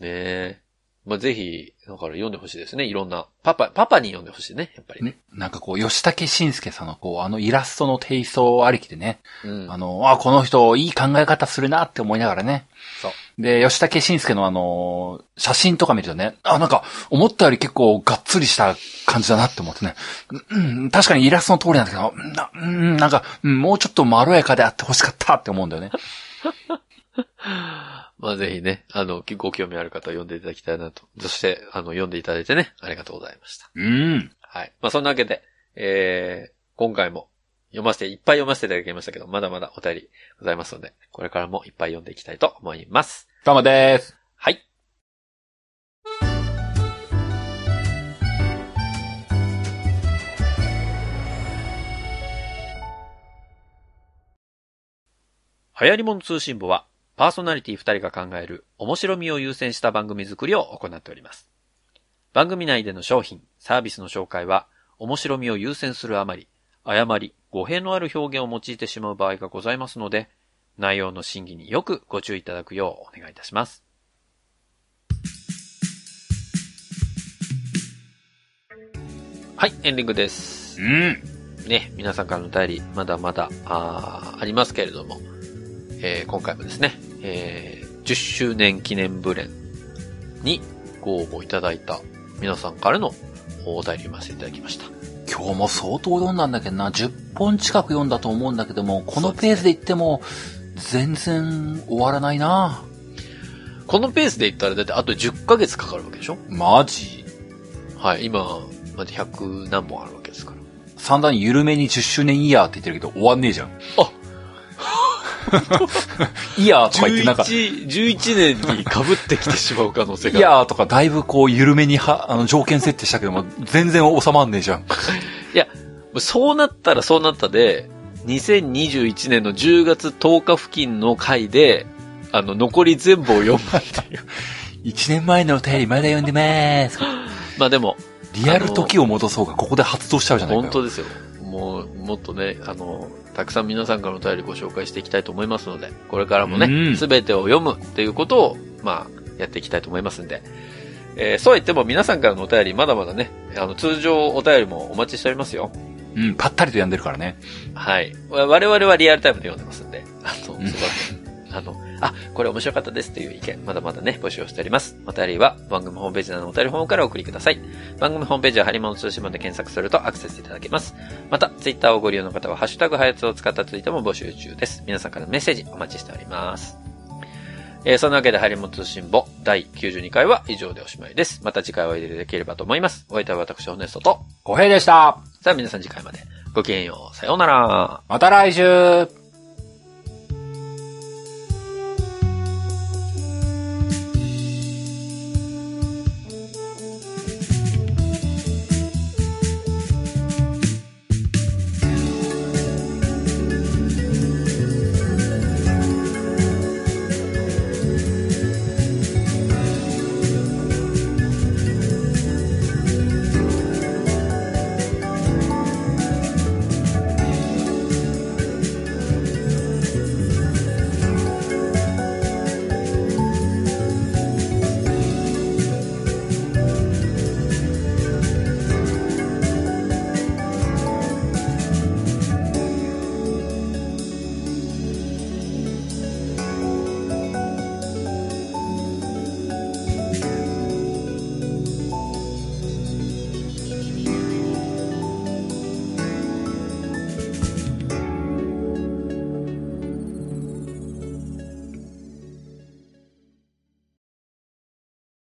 Speaker 1: ねえ。まあ、ぜひ、だから読んでほしいですね。いろんな。パパ、パパに読んでほしいね。やっぱりね。
Speaker 2: なんかこう、吉武慎介さんのこう、あのイラストのテイストありきでね、
Speaker 1: うん。
Speaker 2: あの、あ、この人、いい考え方するなって思いながらね。。
Speaker 1: そう
Speaker 2: で、吉武慎介のあの、写真とか見るとね、あ、なんか、思ったより結構がっつりした感じだなって思ってね。うんうん、確かにイラストの通りなんだけど、うんなうん、なんか、うんもうちょっとまろやかであってほしかったって思うんだよね。
Speaker 1: まあ、ぜひね、あの、ご興味ある方は読んでいただきたいなと。そして、あの、読んでいただいてね、ありがとうございました。
Speaker 2: うん。
Speaker 1: はい。まあ、そんなわけで、えー、今回も読ませて、いっぱい読ませていただきましたけど、まだまだお便りございますので、これからもいっぱい読んでいきたいと思います。
Speaker 2: どうもです。
Speaker 1: はい。流行り物通信簿は、パーソナリティ2人が考える面白みを優先した番組作りを行っております。番組内での商品、サービスの紹介は、面白みを優先するあまり、誤り、語弊のある表現を用いてしまう場合がございますので、内容の審議によくご注意いただくようお願いいたします。はい、エンディングです。
Speaker 2: ん。
Speaker 1: ね、皆さんからのお便り、まだまだ、あーありますけれども、えー今回もですね、えー10周年記念ブレンにご応募いただいた皆さんからのお便り読ませていただきました。
Speaker 2: 今日も相当読んだんだけどな、10本近く読んだと思うんだけども、このペースで言っても、全然終わらないな。
Speaker 1: このペースで言ったら、だってあと10ヶ月かかるわけでしょ
Speaker 2: マジ
Speaker 1: はい、今、まで100何本あるわけですから。
Speaker 2: 散々緩めに10周年イヤーって言ってるけど終わんねえじゃん。
Speaker 1: あ
Speaker 2: イヤーとか言ってなんか、
Speaker 1: 11、11年に被ってきてしまう可能性
Speaker 2: イ
Speaker 1: がある。
Speaker 2: ヤーとかだいぶこう緩めには、あの条件設定したけども、全然収まんねえじゃん。
Speaker 1: もうそうなったらそうなったで、2021年の10月10日付近の回で、あの、残り全部を読むっ ていう。
Speaker 2: 1年前のお便りまだ読んでまーす。
Speaker 1: まあでも、
Speaker 2: リアル時を戻そうがここで発動しちゃうじゃないか
Speaker 1: 本
Speaker 2: よ。
Speaker 1: 当ですよ。もう、もっとね、あの、たくさん皆さんからのお便りご紹介していきたいと思いますので、これからも
Speaker 2: う
Speaker 1: ね、
Speaker 2: ん
Speaker 1: すべてを読むっていうことを、まあ、やっていきたいと思いますんで。えーそう言っても皆さんからのお便り、まだまだね、あの、通常お便りもお待ちしておりますよ。
Speaker 2: うん、ぱったりとやんでるからね。
Speaker 1: はい。わ我々はリアルタイムで読んでますんで、あの、そこ
Speaker 2: ん
Speaker 1: あの、あ、これ面白かったですっていう意見、まだまだね、募集をしております。お便りは番組ホームページなどのお便りフォームからお送りください。番組ホームページはハリモノ通信簿で検索するとアクセスいただけます。また、ツイッターをご利用の方は、ハッシュタグハヤツを使ったツイートも募集中です。皆さんからのメッセージお待ちしております。えーそんなわけで、ハリモノ通信簿第92回は以上でおしまいです。また次回お会いできればと思います。お相手は私、ホネストと。
Speaker 2: 小平でした。
Speaker 1: さあ皆さん次回まで。ごきげんよう。さようなら。
Speaker 2: また来週